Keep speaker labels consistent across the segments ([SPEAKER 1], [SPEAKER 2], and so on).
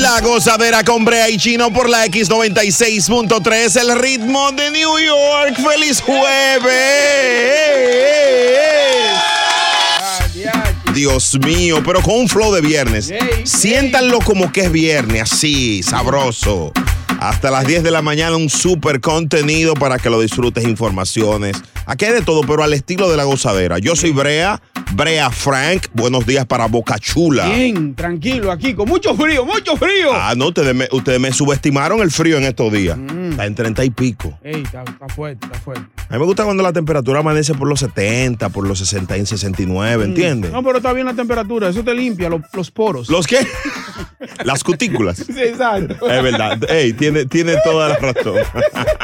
[SPEAKER 1] La gozadera con Brea y Chino por la X96.3, el ritmo de New York. ¡Feliz jueves! Dios mío, pero con un flow de viernes. Siéntanlo como que es viernes, así, sabroso. Hasta las 10 de la mañana un súper contenido para que lo disfrutes, informaciones. Aquí hay de todo, pero al estilo de la gozadera. Yo soy Brea, Brea Frank. Buenos días para Boca Chula.
[SPEAKER 2] Bien, tranquilo aquí, con mucho frío, mucho frío.
[SPEAKER 1] Ah, no, ustedes me, ustedes me subestimaron el frío en estos días.
[SPEAKER 2] Mm.
[SPEAKER 1] Está en 30 y pico.
[SPEAKER 2] Ey, está, está fuerte, está fuerte.
[SPEAKER 1] A mí me gusta cuando la temperatura amanece por los 70, por los 60 y 69, ¿entiendes?
[SPEAKER 2] Mm. No, pues pero está bien la temperatura, eso te limpia lo- los poros.
[SPEAKER 1] ¿Los qué? Las cutículas.
[SPEAKER 2] Sí, exacto.
[SPEAKER 1] Es verdad. Ey, tiene, tiene toda la razón.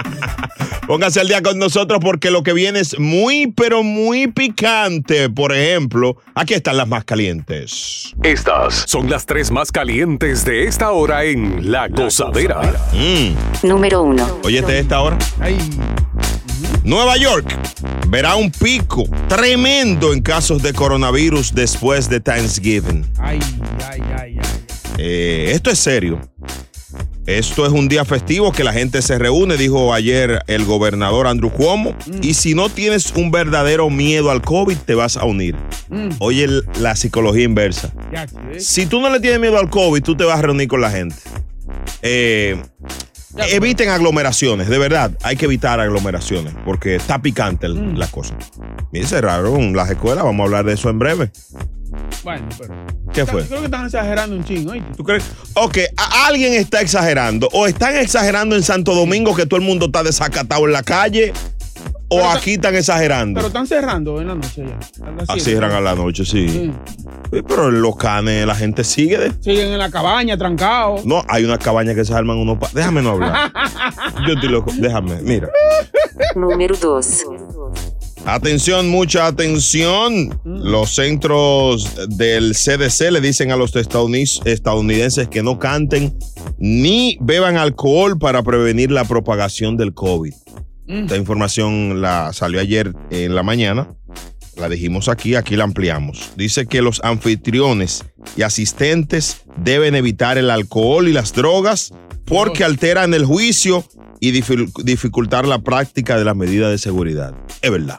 [SPEAKER 1] Póngase al día con nosotros porque lo que viene es muy, pero muy picante. Por ejemplo, aquí están las más calientes.
[SPEAKER 3] Estas son las tres más calientes de esta hora en La Gozadera.
[SPEAKER 1] Mm.
[SPEAKER 4] Número 1.
[SPEAKER 1] Óyete este esta hora.
[SPEAKER 2] Ay,
[SPEAKER 1] Nueva York verá un pico tremendo en casos de coronavirus después de Thanksgiving.
[SPEAKER 2] ay, ay, ay, ay.
[SPEAKER 1] Eh, esto es serio. Esto es un día festivo que la gente se reúne, dijo ayer el gobernador Andrew Cuomo.
[SPEAKER 2] Mm.
[SPEAKER 1] Y si no tienes un verdadero miedo al COVID, te vas a unir.
[SPEAKER 2] Mm.
[SPEAKER 1] Oye, el- la psicología inversa.
[SPEAKER 2] Ya, ¿sí?
[SPEAKER 1] Si tú no le tienes miedo al COVID, tú te vas a reunir con la gente. Eh, eviten aglomeraciones, de verdad. Hay que evitar aglomeraciones porque está picante el-
[SPEAKER 2] Mm.
[SPEAKER 1] la cosa. Y cerraron las escuelas, vamos a hablar de eso en breve.
[SPEAKER 2] Bueno, pero.
[SPEAKER 1] ¿Qué fue?
[SPEAKER 2] Creo que están exagerando un chingo, ¿oíste?
[SPEAKER 1] ¿Tú crees? Ok, a- alguien está exagerando. O están exagerando en Santo Domingo que todo el mundo está desacatado en la calle. O
[SPEAKER 2] Pero ta-
[SPEAKER 1] aquí están exagerando.
[SPEAKER 2] Pero están cerrando en la noche ya. Están
[SPEAKER 1] Ah, cierran a la noche, sí.
[SPEAKER 2] Sí.
[SPEAKER 1] Sí, Pero en los canes la gente sigue. de-
[SPEAKER 2] Siguen en la cabaña, trancados.
[SPEAKER 1] No, hay una cabaña que se arman unos... pa- Déjame no hablar. Yo estoy loco. Déjame, mira.
[SPEAKER 4] Número 2.
[SPEAKER 1] Atención, mucha atención. Los centros del CDC le dicen a los estadounidenses- estadounidenses que no canten ni beban alcohol para prevenir la propagación del COVID.
[SPEAKER 2] Mm.
[SPEAKER 1] Esta información la salió ayer en la mañana. La dijimos aquí, aquí la ampliamos. Dice que los anfitriones y asistentes deben evitar el alcohol y las drogas porque alteran el juicio y dificu- dificultar la práctica de las medidas de seguridad. Es verdad.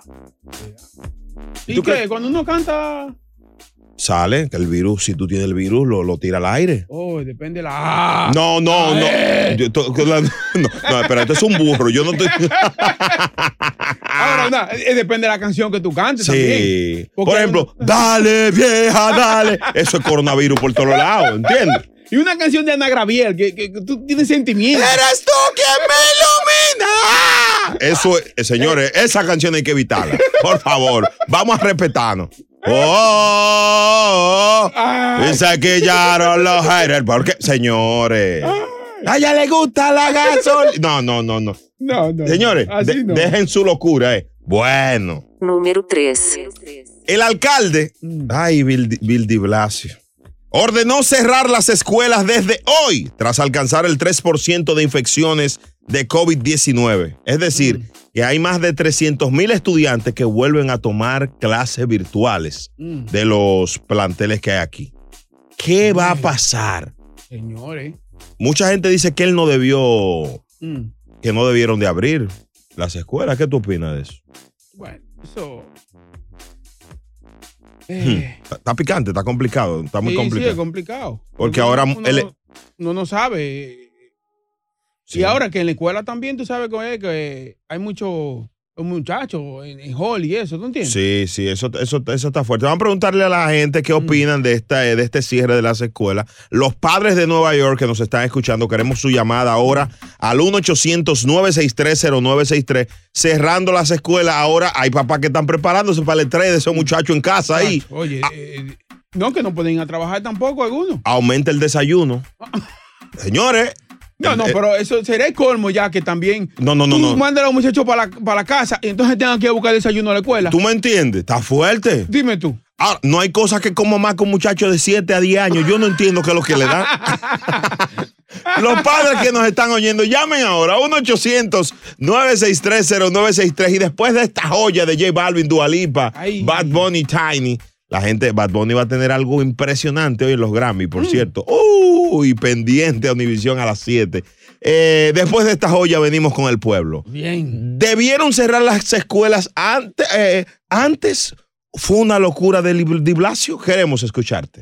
[SPEAKER 2] ¿Y
[SPEAKER 1] ¿Tú
[SPEAKER 2] qué?
[SPEAKER 1] crees?
[SPEAKER 2] Cuando uno canta.
[SPEAKER 1] Sale que el virus, si tú tienes el virus, lo, lo tira al aire.
[SPEAKER 2] Oh, depende de la. Ah.
[SPEAKER 1] No, no, no. Yo to- la- no, no, espera, esto es un burro. Yo no estoy.
[SPEAKER 2] Ahora, na, eh, depende de la canción que tú cantes también.
[SPEAKER 1] Sí.
[SPEAKER 2] Porque
[SPEAKER 1] Por ejemplo, dale, vieja, dale. Eso es coronavirus por todos lados, ¿entiendes?
[SPEAKER 2] Y una canción de Ana Graviel, que, que- que tú tienes sentimiento.
[SPEAKER 1] Eres tú quien me ilumina. Eso, es- eh, señores, esa canción hay que evitarla. Por favor, vamos a respetarnos. Oh, oh, oh.
[SPEAKER 2] Ay.
[SPEAKER 1] Y se quillaron los haters. Porque, señores, a ella le gusta la gasolina. No, no, no, no.
[SPEAKER 2] No, no. Ah.
[SPEAKER 1] Señores,
[SPEAKER 2] así
[SPEAKER 1] de-
[SPEAKER 2] no.
[SPEAKER 1] dejen su locura. Eh. Bueno,
[SPEAKER 4] Número 3.
[SPEAKER 1] el alcalde, ay, Bill, Di- Bill Di Blasio, ordenó cerrar las escuelas desde hoy tras alcanzar el 3% de infecciones de COVID-19. Es decir, que hay más de 300 mil estudiantes que vuelven a tomar clases virtuales
[SPEAKER 2] Mm.
[SPEAKER 1] de los planteles que hay aquí. ¿Qué va a pasar?
[SPEAKER 2] Señores.
[SPEAKER 1] Mucha gente dice que él no debió,
[SPEAKER 2] Mm.
[SPEAKER 1] que no debieron de abrir las escuelas. ¿Qué tú opinas de eso?
[SPEAKER 2] Bueno, eso. Eh,
[SPEAKER 1] Hmm. Está- Está picante, está complicado, está muy
[SPEAKER 2] sí, sí,
[SPEAKER 1] complicado.
[SPEAKER 2] es complicado.
[SPEAKER 1] Porque ahora
[SPEAKER 2] uno-
[SPEAKER 1] el,
[SPEAKER 2] uno no sabe. Y ahora que en la escuela también tú sabes que, que hay muchos muchachos en, en hall y eso, ¿tú entiendes?
[SPEAKER 1] Sí, sí, eso, eso, eso está fuerte. Vamos a preguntarle a la
[SPEAKER 2] Mm.
[SPEAKER 1] gente qué opinan de, esta, de este cierre de las escuelas. Los padres de Nueva York que nos están escuchando, queremos su llamada ahora al 1-800-963-0963. Cerrando las escuelas, ahora hay papás que están preparándose para el estrés de esos muchachos en casa ahí.
[SPEAKER 2] Oye, eh, no, que no pueden ir a trabajar tampoco algunos.
[SPEAKER 1] Aumenta el desayuno. Señores.
[SPEAKER 2] No, no,
[SPEAKER 1] eh,
[SPEAKER 2] pero eso sería el colmo ya que también.
[SPEAKER 1] No, no, no,
[SPEAKER 2] Tú
[SPEAKER 1] no.
[SPEAKER 2] mandas a los muchachos para la, para la casa y entonces tengan que ir a buscar desayuno a la escuela.
[SPEAKER 1] ¿Tú me entiendes? Está fuerte.
[SPEAKER 2] Dime tú.
[SPEAKER 1] Ahora, no hay cosas que como más con muchachos de 7 a 10 años. Yo no entiendo qué es lo que le dan. Los padres que nos están oyendo, llamen ahora 1-800-963-0963. Y después de esta joya de J Balvin, Dualipa,
[SPEAKER 2] Ay.
[SPEAKER 1] Bad Bunny, Tiny, la gente, Bad Bunny va a tener algo impresionante hoy en los Grammy,
[SPEAKER 2] Mm.
[SPEAKER 1] por cierto. Uy, pendiente a Univisión a las 7. Eh, después de esta joya venimos con el pueblo.
[SPEAKER 2] Bien.
[SPEAKER 1] ¿Debieron cerrar las escuelas antes? eh, antes fue una locura de Li- Di Blasio. Queremos escucharte.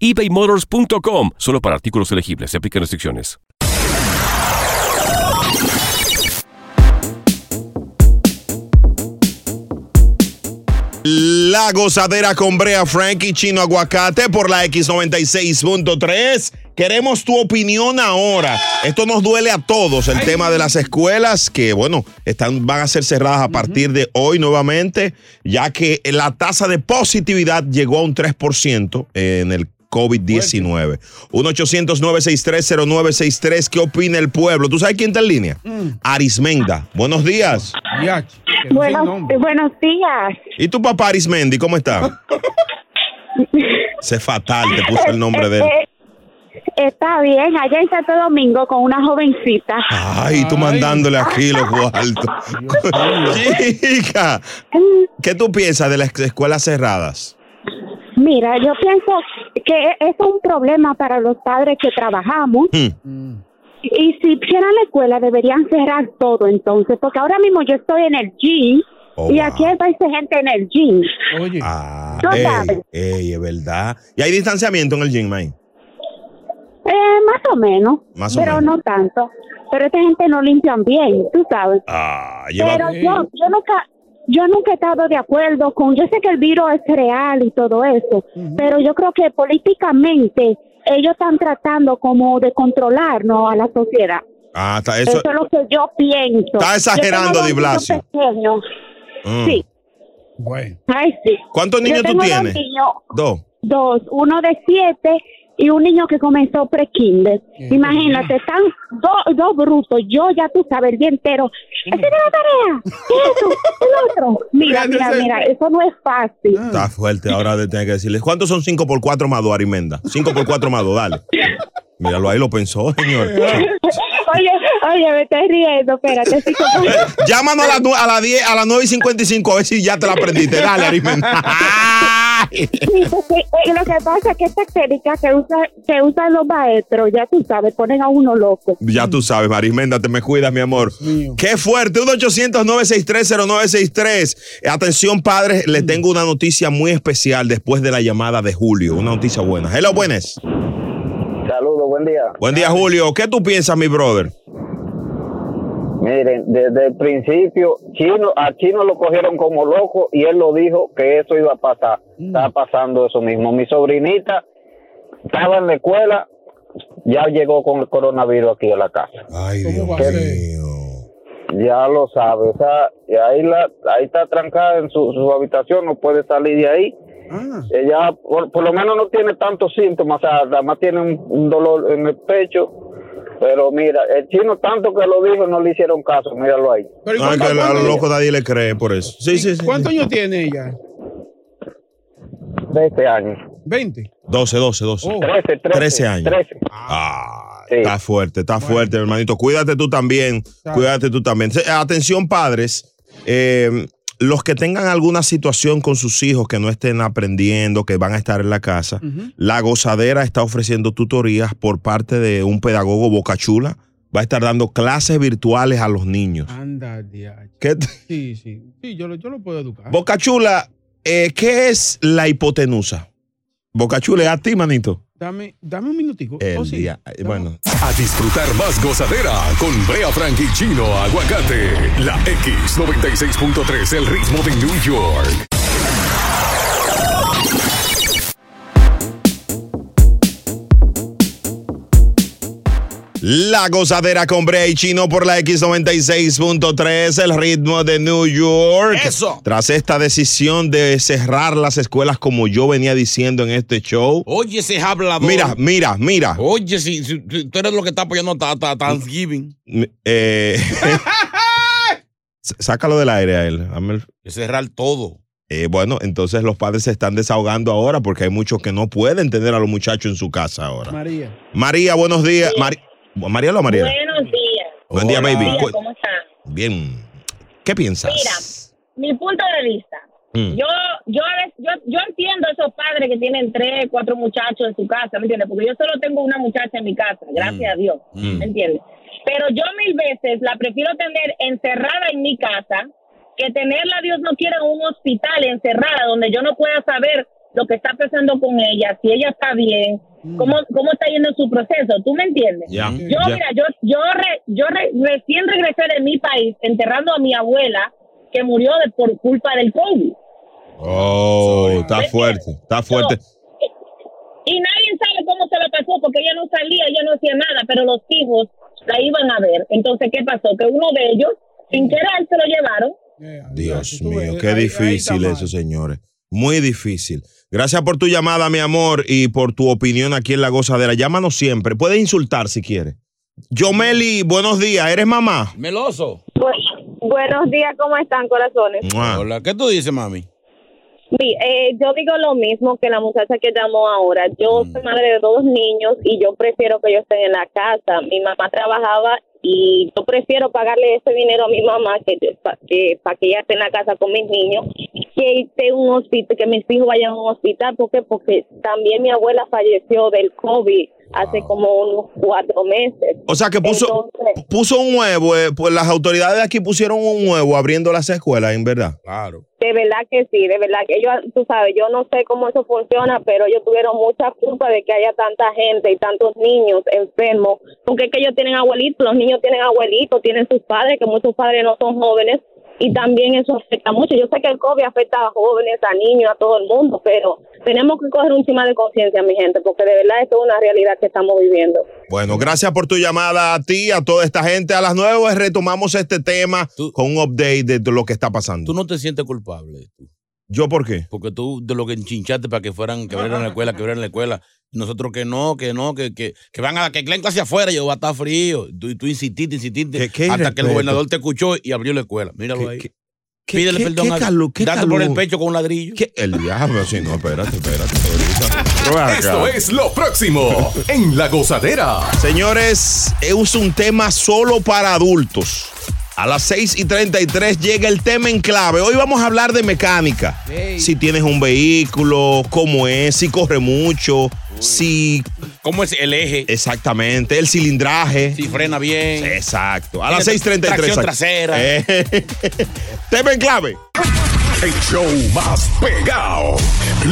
[SPEAKER 5] ebaymotors.com. Solo para artículos elegibles. Se aplican restricciones.
[SPEAKER 1] La gozadera con Brea Frankie Chino Aguacate por la X96.3. Queremos tu opinión ahora. Esto nos duele a todos, el tema de las escuelas que, bueno, están, van a ser cerradas a partir de hoy nuevamente, ya que la tasa de positividad llegó a un 3% en el COVID-19. 1-800-963-0963. ¿Qué opina el pueblo? ¿Tú sabes quién está en línea?
[SPEAKER 6] Mm.
[SPEAKER 1] Arismenda. Buenos días.
[SPEAKER 2] Ya, que no sé Mm. el
[SPEAKER 6] Buenos,
[SPEAKER 2] nombre.
[SPEAKER 6] buenos días.
[SPEAKER 1] ¿Y tu papá Arismendi, cómo está? Se fatal, te puso el nombre de él.
[SPEAKER 6] Eh, eh, Está bien, allá en Santo Domingo con una jovencita.
[SPEAKER 1] Ay, tú
[SPEAKER 2] Ay.
[SPEAKER 1] mandándole aquí los cuartos. Chica, ¿qué tú piensas de las escuelas cerradas?
[SPEAKER 6] Mira, yo pienso que es un problema para los padres que trabajamos.
[SPEAKER 1] Hmm.
[SPEAKER 6] Y si cierran la escuela, deberían cerrar todo entonces, porque ahora mismo yo estoy en el gym
[SPEAKER 1] Oh,
[SPEAKER 6] y
[SPEAKER 1] wow.
[SPEAKER 6] aquí hay bastante gente en el gym.
[SPEAKER 2] Oye,
[SPEAKER 1] Ah,
[SPEAKER 6] No
[SPEAKER 1] ey,
[SPEAKER 6] sabes.
[SPEAKER 1] ey, es verdad. ¿Y hay distanciamiento en el gym, ahí?
[SPEAKER 6] Eh, más o menos,
[SPEAKER 1] Más o
[SPEAKER 6] pero
[SPEAKER 1] menos.
[SPEAKER 6] no tanto. Pero esta gente no limpian bien, tú sabes.
[SPEAKER 1] Ah,
[SPEAKER 6] Pero
[SPEAKER 1] lleva...
[SPEAKER 6] yo, yo nunca, yo nunca he estado de acuerdo con, yo sé que el virus es real y todo eso, pero yo creo que políticamente ellos están tratando como de controlarnos a la sociedad.
[SPEAKER 1] Ah, está,
[SPEAKER 6] Eso,
[SPEAKER 1] eso...
[SPEAKER 6] es lo que yo pienso.
[SPEAKER 1] Está exagerando,
[SPEAKER 6] Yo tengo dos
[SPEAKER 1] Di
[SPEAKER 6] niños
[SPEAKER 1] Blasio.
[SPEAKER 6] pequeños.
[SPEAKER 1] Mm.
[SPEAKER 6] Sí,
[SPEAKER 2] bueno.
[SPEAKER 6] ay sí.
[SPEAKER 1] ¿Cuántos niños
[SPEAKER 6] yo
[SPEAKER 1] tú
[SPEAKER 6] tengo
[SPEAKER 1] tienes?
[SPEAKER 6] Dos, niños,
[SPEAKER 1] Dos.
[SPEAKER 6] dos, uno de siete y un niño que comenzó pre-kinder.
[SPEAKER 2] Qué
[SPEAKER 6] Imagínate, están dos dos brutos, yo ya tú sabes, el día entero. ¡Esa es la tarea! ¿Qué es eso? El otro. Mira, mira,
[SPEAKER 2] Riéndose.
[SPEAKER 6] mira, eso no es fácil.
[SPEAKER 1] Está fuerte ahora de tener que decirles. ¿Cuántos son 5 por 4 más 2, Arimenda? 5 por 4 más 2, dale. Míralo, ahí lo pensó, señor.
[SPEAKER 6] Oye, oye, me estoy riendo, espérate. sí, como-
[SPEAKER 1] Llámanos a las nu- a las 10, a las 9 y 55, a ver si ya te la aprendiste. Dale, Arimenda. Ay.
[SPEAKER 6] Sí, porque, eh, lo que pasa es que esta técnica que, usa, que usan los maestros, ya tú sabes, ponen a uno loco.
[SPEAKER 1] Ya tú sabes, Arismenda, te me cuidas, mi amor.
[SPEAKER 2] mío.
[SPEAKER 1] Qué fuerte, 1-800-963-0963. Eh, Atención, padres, les tengo una noticia muy especial después de la llamada de Julio. Una noticia buena. Hello, buenas.
[SPEAKER 7] Saludos, buen día.
[SPEAKER 1] Buen día, Julio. ¿Qué tú piensas, mi brother?
[SPEAKER 7] Miren, desde el principio, Chino, a Chino lo cogieron como loco y él lo dijo que eso iba a pasar.
[SPEAKER 2] Mm.
[SPEAKER 7] Está pasando eso mismo. Mi sobrinita estaba en la escuela, ya llegó con el coronavirus aquí a la casa.
[SPEAKER 1] Ay,
[SPEAKER 2] ¿Cómo va a ser?
[SPEAKER 7] Ya lo sabe. O sea, y ahí, la, ahí está trancada en su, su habitación, no puede salir de ahí.
[SPEAKER 2] Ah,
[SPEAKER 7] Ella por, por lo menos no tiene tantos síntomas, o sea, nada más tiene un, un dolor en el pecho. Pero mira, el chino tanto que lo dijo no le hicieron caso, míralo ahí.
[SPEAKER 2] pero ¿y
[SPEAKER 1] No, es
[SPEAKER 2] cuánto-
[SPEAKER 1] que a
[SPEAKER 2] cuánto-
[SPEAKER 1] los locos nadie le cree por eso. Sí, sí, sí.
[SPEAKER 2] ¿Cuántos años tiene ella?
[SPEAKER 7] de este año.
[SPEAKER 2] ¿20?
[SPEAKER 1] 12, 12, 12.
[SPEAKER 2] Oh.
[SPEAKER 7] 13, 13,
[SPEAKER 1] 13 años.
[SPEAKER 7] 13.
[SPEAKER 1] Ah,
[SPEAKER 7] Sí.
[SPEAKER 1] está fuerte, está fuerte, hermanito. Cuídate tú también,
[SPEAKER 2] Claro.
[SPEAKER 1] cuídate tú también. Se- Atención, padres. eh, los que tengan alguna situación con sus hijos que no estén aprendiendo, que van a estar en la casa, la gozadera está ofreciendo tutorías por parte de un pedagogo bocachula. Va a estar dando clases virtuales a los niños.
[SPEAKER 2] Anda, diache.
[SPEAKER 1] ¿Qué t-
[SPEAKER 2] Sí, sí. Sí, yo lo, yo lo puedo educar.
[SPEAKER 1] Bocachula, eh, ¿qué es la hipotenusa? Bocachula, ¿es a ti, manito.
[SPEAKER 2] Dame, dame un minutico.
[SPEAKER 1] El
[SPEAKER 2] Oh, sí.
[SPEAKER 1] día- eh,
[SPEAKER 2] Dame-
[SPEAKER 1] Bueno,
[SPEAKER 3] A disfrutar más gozadera con Brea Frank y Chino Aguacate. La X96.3, el ritmo de New York.
[SPEAKER 1] La gozadera con Brea y Chino por la X96.3, el ritmo de New York.
[SPEAKER 8] Eso.
[SPEAKER 1] Tras esta decisión de cerrar las escuelas como yo venía diciendo en este show.
[SPEAKER 8] Oye, ese Oh, hablador. Oh.
[SPEAKER 1] Mira, mira, mira.
[SPEAKER 8] Oye, si, si- si tú eres lo que está apoyando a, ta- ta- Thanksgiving.
[SPEAKER 1] Eh, s- sácalo del aire a él. hazme el-
[SPEAKER 8] Es cerrar todo.
[SPEAKER 1] Eh, bueno, entonces los padres se están desahogando ahora porque hay muchos que no pueden tener a los muchachos en su casa ahora.
[SPEAKER 2] María.
[SPEAKER 1] María, buenos días. Mari- Mariela o Mariela.
[SPEAKER 9] Buenos días.
[SPEAKER 1] Buen día,
[SPEAKER 8] Hola.
[SPEAKER 1] baby.
[SPEAKER 9] Mira,
[SPEAKER 1] Cu-
[SPEAKER 9] ¿Cómo está?
[SPEAKER 1] Bien. ¿Qué piensas?
[SPEAKER 9] Mi punto de vista.
[SPEAKER 1] Mm.
[SPEAKER 9] Yo, yo, a veces- yo, yo entiendo a esos padres que tienen tres, cuatro muchachos en su casa, ¿me entiendes? Porque yo solo tengo una muchacha en mi casa, gracias a Dios,
[SPEAKER 1] Mm.
[SPEAKER 9] ¿me entiendes? Pero yo mil veces la prefiero tener encerrada en mi casa que tenerla, Dios no quiera, en un hospital encerrada donde yo no pueda saber lo que está pasando con ella, si ella está bien, cómo, cómo está yendo su proceso, ¿tú me entiendes?
[SPEAKER 1] Ya,
[SPEAKER 9] Yo,
[SPEAKER 1] ya.
[SPEAKER 9] mira, yo, yo, re- yo re- recién regresé de mi país enterrando a mi abuela que murió de, por culpa del COVID.
[SPEAKER 1] Oh, está fuerte, está fuerte.
[SPEAKER 9] Y nadie sabe cómo se lo pasó porque ella no salía, ella no hacía nada, pero los hijos la iban a ver. Entonces, ¿qué pasó? Que uno de ellos, sin querer, se lo llevaron.
[SPEAKER 2] Eh,
[SPEAKER 1] Dios
[SPEAKER 2] tú ves,
[SPEAKER 1] mío,
[SPEAKER 2] ahí-
[SPEAKER 1] qué
[SPEAKER 2] ahí
[SPEAKER 1] difícil
[SPEAKER 2] está mal.
[SPEAKER 1] eso, señores. Muy difícil. Gracias por tu llamada, mi amor, y por tu opinión aquí en La Gozadera. Llámanos siempre. Puedes insultar si quieres. Yomeli, buenos días. ¿Eres mamá?
[SPEAKER 8] Meloso.
[SPEAKER 9] buenos días, ¿cómo están, corazones?
[SPEAKER 1] Mua.
[SPEAKER 8] Hola, ¿qué tú dices, mami?
[SPEAKER 9] Sí, eh, yo digo lo mismo que la muchacha que llamó ahora.
[SPEAKER 1] Mm.
[SPEAKER 9] Yo soy madre de dos niños y yo prefiero que ellos estén en la casa. Mi mamá trabajaba y yo prefiero pagarle ese dinero a mi mamá que para que, pa' que ella esté en la casa con mis niños que esté en un hospital, que mis hijos vayan a un hospital. ¿Por qué? Porque también mi abuela falleció del COVID hace como unos cuatro meses.
[SPEAKER 1] Ah. O sea que puso,
[SPEAKER 9] Entonces-
[SPEAKER 1] puso un huevo, eh, pues las autoridades de aquí pusieron un huevo abriendo las escuelas, en verdad.
[SPEAKER 8] Claro.
[SPEAKER 9] De verdad que sí, de verdad que ellos, tú sabes, yo no sé cómo eso funciona, pero ellos tuvieron mucha culpa de que haya tanta gente y tantos niños enfermos, porque es que ellos tienen abuelitos, los niños tienen abuelitos, tienen sus padres, que muchos padres no son jóvenes, y también eso afecta mucho. Yo sé que el COVID afecta a jóvenes, a niños, a todo el mundo, pero tenemos que coger un chima de conciencia, mi gente, porque de verdad esto es una realidad que estamos viviendo.
[SPEAKER 1] Bueno, gracias por tu llamada a ti, a toda esta gente. A las 9 retomamos este tema
[SPEAKER 8] Tú-
[SPEAKER 1] con un update de lo que está
[SPEAKER 8] Tú
[SPEAKER 1] pasando.
[SPEAKER 8] no te sientes culpable, tú.
[SPEAKER 1] ¿Yo por qué?
[SPEAKER 8] Porque tú de lo que enchinchaste para que fueran, que abrieran la escuela, que abrieran la escuela. Y Nosotros que no, que no, que, que, que van a que den clase afuera, yo va a estar frío. Tú, y tú insististe, insististe.
[SPEAKER 1] Qué- qué
[SPEAKER 8] hasta que
[SPEAKER 1] irrespeto.
[SPEAKER 8] el gobernador te escuchó y abrió la escuela. Míralo ahí.
[SPEAKER 1] ¿Qué- qué-
[SPEAKER 8] Pídele
[SPEAKER 1] qué-
[SPEAKER 8] perdón
[SPEAKER 1] qué
[SPEAKER 8] a
[SPEAKER 1] calor, qué
[SPEAKER 8] Date por el
[SPEAKER 1] calor.
[SPEAKER 8] pecho con un ladrillo.
[SPEAKER 1] ¿Qué? El diablo, sí, no, espérate, espérate. ahorita.
[SPEAKER 3] Esto es lo próximo en La Gozadera.
[SPEAKER 1] Señores, es un tema solo para adultos. A las 6 y 33 llega el tema en clave. Hoy vamos a hablar de mecánica.
[SPEAKER 2] Ey.
[SPEAKER 1] Si tienes un vehículo, cómo es, si corre mucho, si
[SPEAKER 8] ¿Cómo es el eje?
[SPEAKER 1] exactamente, el cilindraje.
[SPEAKER 8] Si frena bien.
[SPEAKER 1] Exacto. A las
[SPEAKER 8] Tiene
[SPEAKER 1] 6:33.
[SPEAKER 8] tracción trasera.
[SPEAKER 1] Eh, Tema en clave.
[SPEAKER 3] El show más pegado.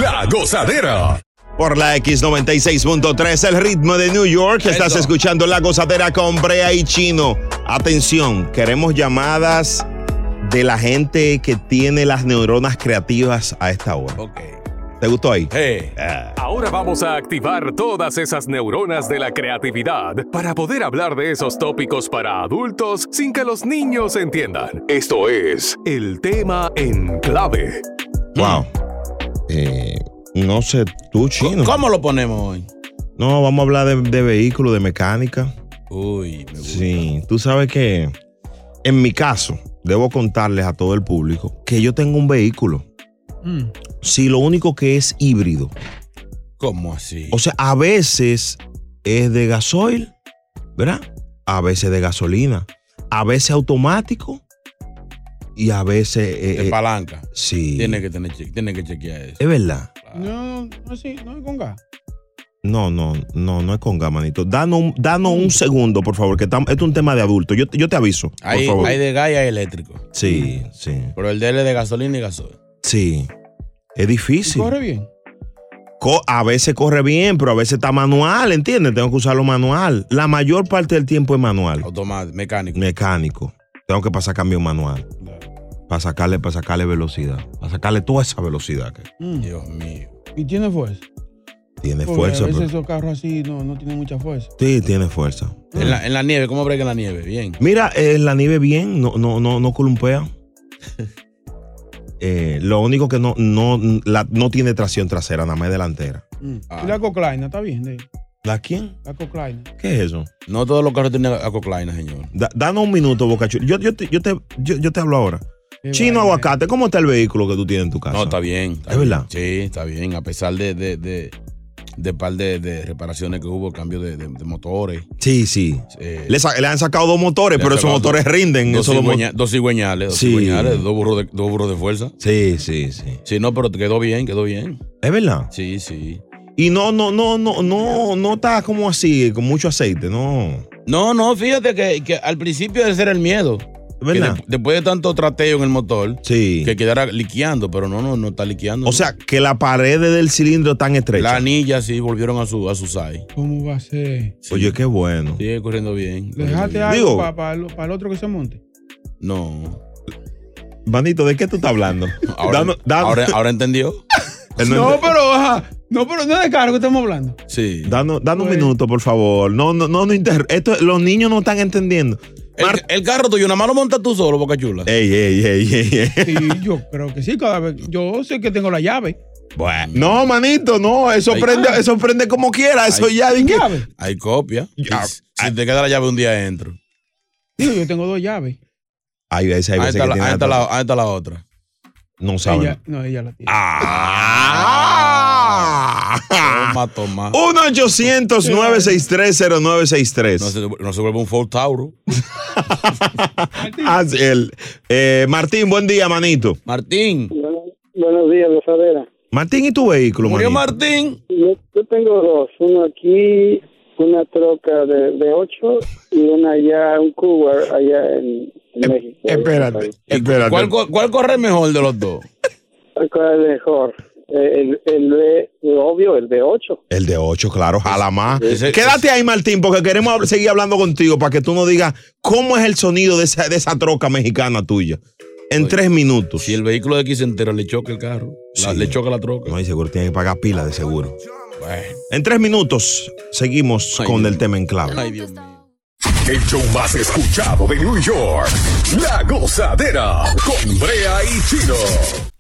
[SPEAKER 3] La Gozadera.
[SPEAKER 1] Por la X96.3, el ritmo de New York. Estás
[SPEAKER 8] Eso.
[SPEAKER 1] escuchando La Gozadera con Brea y Chino. Atención, queremos llamadas de la gente que tiene las neuronas creativas a esta hora.
[SPEAKER 8] Ok.
[SPEAKER 1] ¿Te gustó ahí?
[SPEAKER 8] Eh,
[SPEAKER 1] Ah,
[SPEAKER 3] Ahora vamos a activar todas esas neuronas de la creatividad para poder hablar de esos tópicos para adultos sin que los niños entiendan. Esto es el tema en clave.
[SPEAKER 1] wow. Eh, no sé, tú, Chino.
[SPEAKER 8] ¿Cómo lo ponemos hoy?
[SPEAKER 1] No, vamos a hablar de, de vehículos, de mecánica.
[SPEAKER 8] Uy, me gusta.
[SPEAKER 1] Sí, tú sabes que en mi caso, debo contarles a todo el público que yo tengo un vehículo.
[SPEAKER 2] Mm.
[SPEAKER 1] Si lo único que es híbrido.
[SPEAKER 8] ¿Cómo así?
[SPEAKER 1] O sea, a veces es de gasoil, ¿verdad? A veces de gasolina, a veces automático y a veces... eh,
[SPEAKER 8] de
[SPEAKER 1] eh,
[SPEAKER 8] palanca.
[SPEAKER 1] sí.
[SPEAKER 8] Tiene que, tener che- tiene que chequear eso.
[SPEAKER 1] Es verdad.
[SPEAKER 2] No, no, no, sí, no es con gas.
[SPEAKER 1] No, no, no, no es con gamanito. Danos, un- danos
[SPEAKER 2] Mm.
[SPEAKER 1] un segundo, por favor, que tam- esto es un tema de adulto. Yo, te- yo te aviso, por
[SPEAKER 8] Hay,
[SPEAKER 1] favor.
[SPEAKER 8] hay de gas y hay eléctrico.
[SPEAKER 1] Sí, sí,
[SPEAKER 8] Pero el de él es de gasolina y gasoil.
[SPEAKER 1] sí. Es
[SPEAKER 2] Y
[SPEAKER 1] difícil.
[SPEAKER 2] Corre bien.
[SPEAKER 1] Co- a veces corre bien, pero a veces está manual, ¿entiendes? Tengo que usarlo manual. La mayor parte del tiempo es manual,
[SPEAKER 8] Automático, mecánico.
[SPEAKER 1] mecánico. Tengo que pasar cambio manual. Para sacarle, para sacarle velocidad. Para sacarle toda esa velocidad que
[SPEAKER 2] Mm.
[SPEAKER 8] Dios mío.
[SPEAKER 2] Y tiene fuerza.
[SPEAKER 1] tiene
[SPEAKER 2] Porque
[SPEAKER 1] fuerza.
[SPEAKER 2] a veces
[SPEAKER 1] pero-
[SPEAKER 2] esos carros así no, no tienen mucha fuerza.
[SPEAKER 1] Sí, tiene fuerza.
[SPEAKER 8] En la, en la nieve, ¿cómo brega en la nieve? Bien.
[SPEAKER 1] Mira, eh, la nieve bien, no, no, no, no columpea. Eh, lo único que no, no, la- no tiene tracción trasera, nada más es delantera.
[SPEAKER 2] Mm.
[SPEAKER 8] Ah.
[SPEAKER 2] Y la coclaina, está bien. de-
[SPEAKER 1] ¿La quién?
[SPEAKER 2] La coclaina.
[SPEAKER 1] ¿Qué es eso?
[SPEAKER 8] No todos los carros tienen acoplaina, señor.
[SPEAKER 1] Da- danos un minuto, Bocachula. Yo, yo, te, yo, te, yo, yo te hablo ahora.
[SPEAKER 2] Qué
[SPEAKER 1] Chino
[SPEAKER 2] vaina.
[SPEAKER 1] Aguacate, ¿cómo está el vehículo que tú tienes en tu casa?
[SPEAKER 8] No, está bien. está
[SPEAKER 1] ¿Es
[SPEAKER 8] bien.
[SPEAKER 1] verdad?
[SPEAKER 8] Sí, está bien. A pesar de, de, de, de par de, de reparaciones que hubo, cambio de, de- de motores.
[SPEAKER 1] Sí, sí.
[SPEAKER 8] eh,
[SPEAKER 1] Le, sa- le han sacado dos motores,
[SPEAKER 8] Le
[SPEAKER 1] pero
[SPEAKER 8] han
[SPEAKER 1] esos
[SPEAKER 8] sacado
[SPEAKER 1] motores rinden.
[SPEAKER 8] dos,
[SPEAKER 1] esos dos mo-
[SPEAKER 8] cigüeña- dos cigüeñales, dos
[SPEAKER 1] Sí.
[SPEAKER 8] cigüeñales, dos burros de, dos burros de fuerza.
[SPEAKER 1] Sí, sí, sí.
[SPEAKER 8] Sí, no, pero quedó bien, quedó bien.
[SPEAKER 1] Es verdad.
[SPEAKER 8] Sí, sí.
[SPEAKER 1] Y no, no, no, no, no, no está como así, con mucho aceite, no.
[SPEAKER 8] No, no, fíjate que, que al principio ese era el miedo.
[SPEAKER 1] Es verdad.
[SPEAKER 8] Que de- después de tanto trateo en el motor,
[SPEAKER 1] Sí.
[SPEAKER 8] que quedara liqueando, pero no, no, no está liqueando.
[SPEAKER 1] O sea, que la pared del cilindro tan
[SPEAKER 8] la
[SPEAKER 1] estrecha.
[SPEAKER 8] anilla sí volvieron a su, a su size.
[SPEAKER 2] ¿Cómo va a ser?
[SPEAKER 8] Sí.
[SPEAKER 1] Oye, qué bueno.
[SPEAKER 8] Sigue corriendo bien. corriendo
[SPEAKER 2] Dejate
[SPEAKER 8] bien.
[SPEAKER 1] Digo-
[SPEAKER 2] algo para el otro que se monte.
[SPEAKER 8] No.
[SPEAKER 1] Manito, ¿de qué tú estás hablando?
[SPEAKER 8] Ahora,
[SPEAKER 1] Dame- dame-
[SPEAKER 8] ahora- ahora entendió.
[SPEAKER 1] Él no
[SPEAKER 2] No,
[SPEAKER 1] entiende.
[SPEAKER 2] pero ajá, no, pero no es de carro que estamos hablando.
[SPEAKER 8] Sí.
[SPEAKER 1] Danos, danos un
[SPEAKER 2] Pues-
[SPEAKER 1] minuto, por favor. No, no, no, no inter- Esto, los niños no están entendiendo.
[SPEAKER 8] El,
[SPEAKER 1] Mar-
[SPEAKER 8] el carro tuyo, nada más lo montas tú solo, boca chula.
[SPEAKER 1] Ey, ey, ey, ey, ey.
[SPEAKER 2] Sí, yo creo que sí, cada vez. Yo sé que tengo la llave.
[SPEAKER 8] Bueno.
[SPEAKER 1] No, manito, no. Eso
[SPEAKER 8] Ay.
[SPEAKER 1] prende, eso prende como quiera. Eso
[SPEAKER 8] Ay.
[SPEAKER 1] ya. di que-
[SPEAKER 2] ¿Llave?
[SPEAKER 8] Hay copia.
[SPEAKER 1] Ya.
[SPEAKER 8] Y si si te queda la llave un día entro.
[SPEAKER 2] Digo, yo tengo dos llaves.
[SPEAKER 1] Ay, veces, hay
[SPEAKER 8] Ahí
[SPEAKER 1] veces
[SPEAKER 8] está,
[SPEAKER 1] que
[SPEAKER 8] la,
[SPEAKER 1] tienen
[SPEAKER 8] ahí está
[SPEAKER 1] hasta-
[SPEAKER 8] la- ahí está la otra.
[SPEAKER 1] No saben.
[SPEAKER 2] Ella, no, ella la tiene.
[SPEAKER 1] Ah.
[SPEAKER 8] Toma, toma.
[SPEAKER 1] 1-800-963-0963.
[SPEAKER 8] No se, no se vuelve un Ford Tauro.
[SPEAKER 1] Haz el- eh, Martín, buen día, manito.
[SPEAKER 8] Martín.
[SPEAKER 7] Buenos días, gozadera.
[SPEAKER 1] Martín, ¿y tu vehículo,
[SPEAKER 8] Murió
[SPEAKER 1] manito?
[SPEAKER 8] Martín.
[SPEAKER 7] Yo, yo tengo dos, uno aquí, una troca de, de ocho y una allá, un Cougar allá en, en México.
[SPEAKER 1] Em, Espérate, Eh, espérate.
[SPEAKER 8] ¿Cuál, co- cuál corre mejor de los dos?
[SPEAKER 7] ¿Cuál es mejor? El, el de, obvio, el de ocho.
[SPEAKER 1] El de 8, claro, jala más.
[SPEAKER 8] Ese-
[SPEAKER 1] Quédate ahí, Martín, porque queremos hab- seguir hablando contigo para que tú nos digas cómo es el sonido de esa, de esa troca mexicana tuya. En tres minutos.
[SPEAKER 8] Si el vehículo de aquí se entera, le choca el carro. La-
[SPEAKER 1] Sí.
[SPEAKER 8] Le choca la troca.
[SPEAKER 1] No hay seguro, tiene que pagar pila de seguro.
[SPEAKER 8] Bueno.
[SPEAKER 1] En tres minutos seguimos
[SPEAKER 8] Ay,
[SPEAKER 1] con
[SPEAKER 8] Dios.
[SPEAKER 1] el tema en clave.
[SPEAKER 8] Ay, Dios mío.
[SPEAKER 3] El show más escuchado de New York. La gozadera con Brea y Chino.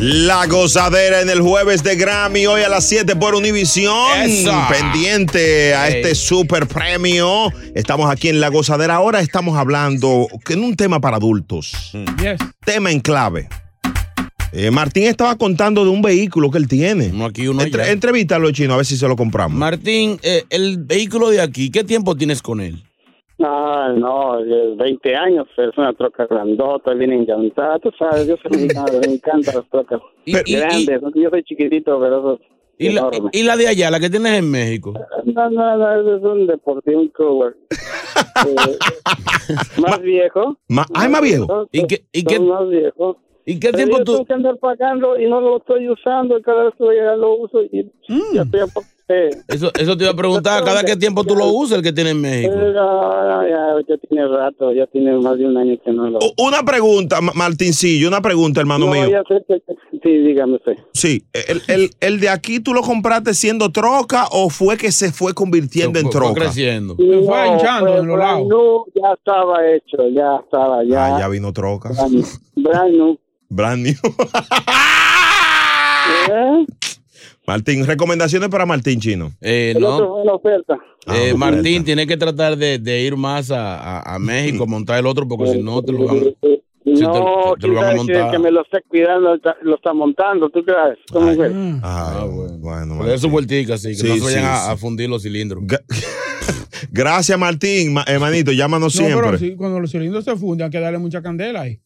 [SPEAKER 1] La gozadera en el jueves de Grammy, hoy a las 7 por Univisión.
[SPEAKER 8] Esa.
[SPEAKER 1] Pendiente a
[SPEAKER 8] Ey.
[SPEAKER 1] este super premio. Estamos aquí en La gozadera. Ahora estamos hablando en un tema para adultos.
[SPEAKER 2] Yes.
[SPEAKER 1] Tema en clave. Eh, Martín estaba contando de un vehículo que él tiene.
[SPEAKER 8] Uno aquí, uno
[SPEAKER 1] Entre-
[SPEAKER 8] allá.
[SPEAKER 1] entrevístalo, chino, a ver si se lo compramos.
[SPEAKER 8] Martín, eh, el vehículo de aquí, ¿qué tiempo tienes con él?
[SPEAKER 7] Ah, no, de 20 años, es una troca grandota, bien encantada, tú sabes, yo soy mexicano, me encantan las trocas
[SPEAKER 8] Y- y-
[SPEAKER 7] grandes, yo soy chiquitito, pero eso es
[SPEAKER 8] ¿Y la,
[SPEAKER 7] enorme.
[SPEAKER 8] y la de allá, la que tienes en México?
[SPEAKER 7] No, no, no, es un deportivo, un cover. Eh, más viejo.
[SPEAKER 1] Ma-
[SPEAKER 8] Ah,
[SPEAKER 1] ay, más viejo.
[SPEAKER 8] ¿Y qué- y qué-
[SPEAKER 7] Son más viejo.
[SPEAKER 8] ¿Y qué
[SPEAKER 7] Pero
[SPEAKER 8] tiempo
[SPEAKER 7] yo
[SPEAKER 8] tú...? Mm.
[SPEAKER 7] tengo que andar pagando y no lo estoy usando, y cada vez que voy a eh, llegar lo uso y ya estoy a poco
[SPEAKER 10] Sí.
[SPEAKER 8] Eso, eso te iba a preguntar, ¿cada qué tiempo tú lo usas el que tiene en
[SPEAKER 7] eh,
[SPEAKER 8] México?
[SPEAKER 10] Eh,
[SPEAKER 7] ah,
[SPEAKER 10] No, no, ya, ya tiene rato, ya tiene más de un año que no lo.
[SPEAKER 1] Una pregunta, Ma- Martincillo, una pregunta, hermano
[SPEAKER 10] No,
[SPEAKER 1] mío.
[SPEAKER 10] ya sé que- sí, dígame usted.
[SPEAKER 1] Sí, el, el- el de aquí tú lo compraste siendo troca o fue que se fue convirtiendo en troca?
[SPEAKER 8] creciendo.
[SPEAKER 10] No,
[SPEAKER 2] fue hinchando en los
[SPEAKER 10] brand
[SPEAKER 2] lados.
[SPEAKER 10] new, ya estaba hecho, ya estaba, ya.
[SPEAKER 1] Ah, ya vino troca.
[SPEAKER 10] brand, brand new.
[SPEAKER 1] Brand new.
[SPEAKER 10] ¿Eh?
[SPEAKER 1] Martín, recomendaciones para Martín Chino.
[SPEAKER 8] Eh,
[SPEAKER 10] El otro
[SPEAKER 8] no.
[SPEAKER 10] fue la oferta.
[SPEAKER 8] Eh,
[SPEAKER 1] Ah,
[SPEAKER 8] Martín, tienes que tratar de, de ir más a, a- a México a montar el otro, porque si no te lo van
[SPEAKER 10] Eh, No,
[SPEAKER 8] te lo- te lo van
[SPEAKER 10] quién
[SPEAKER 8] a
[SPEAKER 10] sabe
[SPEAKER 8] montar.
[SPEAKER 10] que- que me lo está cuidando, está- lo está montando, ¿tú crees? ¿Cómo
[SPEAKER 1] Ay.
[SPEAKER 10] fue?
[SPEAKER 2] Mm.
[SPEAKER 1] Ah, bueno.
[SPEAKER 8] a. su
[SPEAKER 1] Martín.
[SPEAKER 8] vueltica, así que
[SPEAKER 1] Sí,
[SPEAKER 8] no se vayan
[SPEAKER 1] sí,
[SPEAKER 8] a,
[SPEAKER 1] sí.
[SPEAKER 8] a fundir los cilindros.
[SPEAKER 1] Ga- Gracias, Martín. Ma- hermanito, llámanos
[SPEAKER 2] No,
[SPEAKER 1] siempre.
[SPEAKER 2] pero sí, cuando los cilindros se funden, hay que darle mucha candela ahí.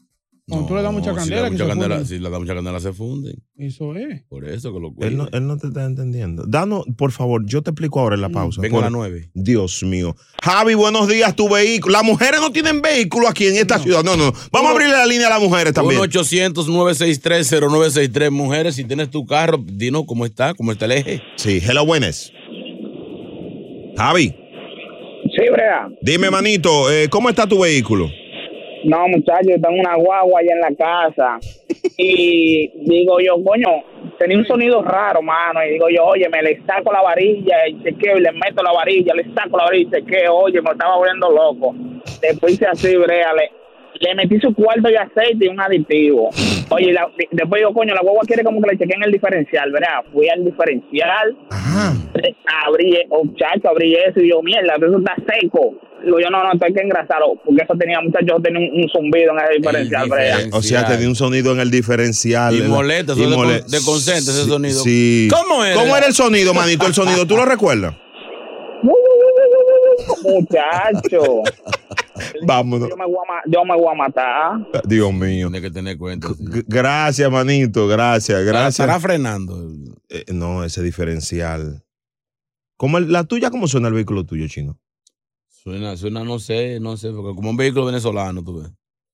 [SPEAKER 2] Cuando tú le das mucha
[SPEAKER 8] No, si
[SPEAKER 2] candela,
[SPEAKER 8] da
[SPEAKER 2] que
[SPEAKER 8] mucha
[SPEAKER 2] se
[SPEAKER 8] candela-
[SPEAKER 2] funden.
[SPEAKER 8] si le da mucha candela, se funden.
[SPEAKER 2] Eso es.
[SPEAKER 8] Por eso que lo
[SPEAKER 1] Él no,
[SPEAKER 8] cuidan.
[SPEAKER 1] él no te está entendiendo. Danos, por favor, yo te explico ahora en la pausa.
[SPEAKER 8] Mm. Venga a
[SPEAKER 1] Por-
[SPEAKER 8] las nueve.
[SPEAKER 1] Dios mío. Javi, buenos días, tu vehículo. Las mujeres no tienen vehículo aquí en esta ciudad. No, no. no. Vamos a abrirle la línea a las mujeres también.
[SPEAKER 8] 1-800-963-0963. Mujeres, si tienes tu carro, dinos cómo está, cómo está el eje.
[SPEAKER 1] Sí, hello, buenas. Javi,
[SPEAKER 10] Sí, brea.
[SPEAKER 1] dime, manito, eh, ¿cómo está tu vehículo?
[SPEAKER 10] No, muchachos, tengo una guagua allá en la casa. Y digo yo, coño, tenía un sonido raro, mano. Y digo yo, oye, me le saco la varilla y chequeo, y le meto la varilla, le saco la varilla y chequeo, oye, me estaba volviendo loco. Después hice así, brea, le, le metí su cuarto de aceite y un aditivo. Oye, y la- de- después digo, coño, la guagua quiere como que le chequeen el diferencial, ¿verdad? Fui al diferencial, eh, abrí, eh, oh, chacho, abrí eso y yo, mierda, eso está seco. Digo yo, no, no, esto hay que engrasarlo, porque eso tenía, muchachos, tenía un, un zumbido en el diferencial, brea.
[SPEAKER 8] diferencial.
[SPEAKER 1] Eh, O sea, te di un sonido en el diferencial.
[SPEAKER 8] Y
[SPEAKER 1] En la-
[SPEAKER 8] molesta, eso
[SPEAKER 1] y
[SPEAKER 8] de-
[SPEAKER 1] mole-
[SPEAKER 8] desconcentra ese
[SPEAKER 1] Sí,
[SPEAKER 8] sonido.
[SPEAKER 1] Sí.
[SPEAKER 8] ¿Cómo era?
[SPEAKER 1] ¿Cómo era el sonido, manito? El sonido, ¿tú lo recuerdas?
[SPEAKER 10] Muchacho,
[SPEAKER 1] Vámonos.
[SPEAKER 10] yo me, voy a, ma- yo me voy a matar.
[SPEAKER 1] Dios mío.
[SPEAKER 8] Tienes que tener cuenta. sí.
[SPEAKER 1] G- Gracias, manito. Gracias,
[SPEAKER 8] Estará
[SPEAKER 1] gracias.
[SPEAKER 8] frenando.
[SPEAKER 1] Eh, no, ese diferencial. ¿Cómo el- la tuya, ¿cómo suena el vehículo tuyo, chino?
[SPEAKER 8] Suena, suena, no sé, no sé, porque como un vehículo venezolano, tú ves.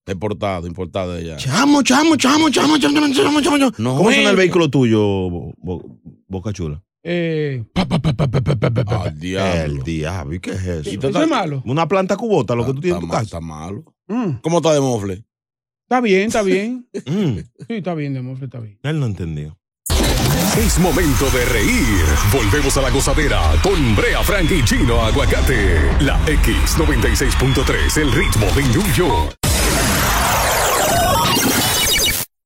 [SPEAKER 8] Deportado, importado de allá.
[SPEAKER 1] Chamo, chamo, chamo, chamo, chamo, chamo, chamo, chamo, chamo.
[SPEAKER 8] No,
[SPEAKER 1] ¿Cómo suena el
[SPEAKER 8] güey.
[SPEAKER 1] vehículo tuyo, Bo- Bo- Boca Chula?
[SPEAKER 2] Eh, pa, pa, pa, pa, pa, pa, pa, pa, pa.
[SPEAKER 8] Al diablo.
[SPEAKER 1] El diablo, ¿y qué es eso?
[SPEAKER 8] Sí,
[SPEAKER 2] Eso es malo.
[SPEAKER 1] Una planta cubota, lo que tú
[SPEAKER 8] Está-
[SPEAKER 1] tienes en tu
[SPEAKER 8] está ma-
[SPEAKER 1] casa.
[SPEAKER 8] Está malo.
[SPEAKER 2] Mm,
[SPEAKER 8] ¿Cómo está de mofle?
[SPEAKER 2] Está bien, está bien.
[SPEAKER 1] Mm,
[SPEAKER 2] Sí, está bien, Demofre, está bien.
[SPEAKER 1] él no entendió.
[SPEAKER 3] Es momento de reír. Volvemos a la gozadera con Brea Frank y Chino Aguacate. La X96.3, el ritmo de New York.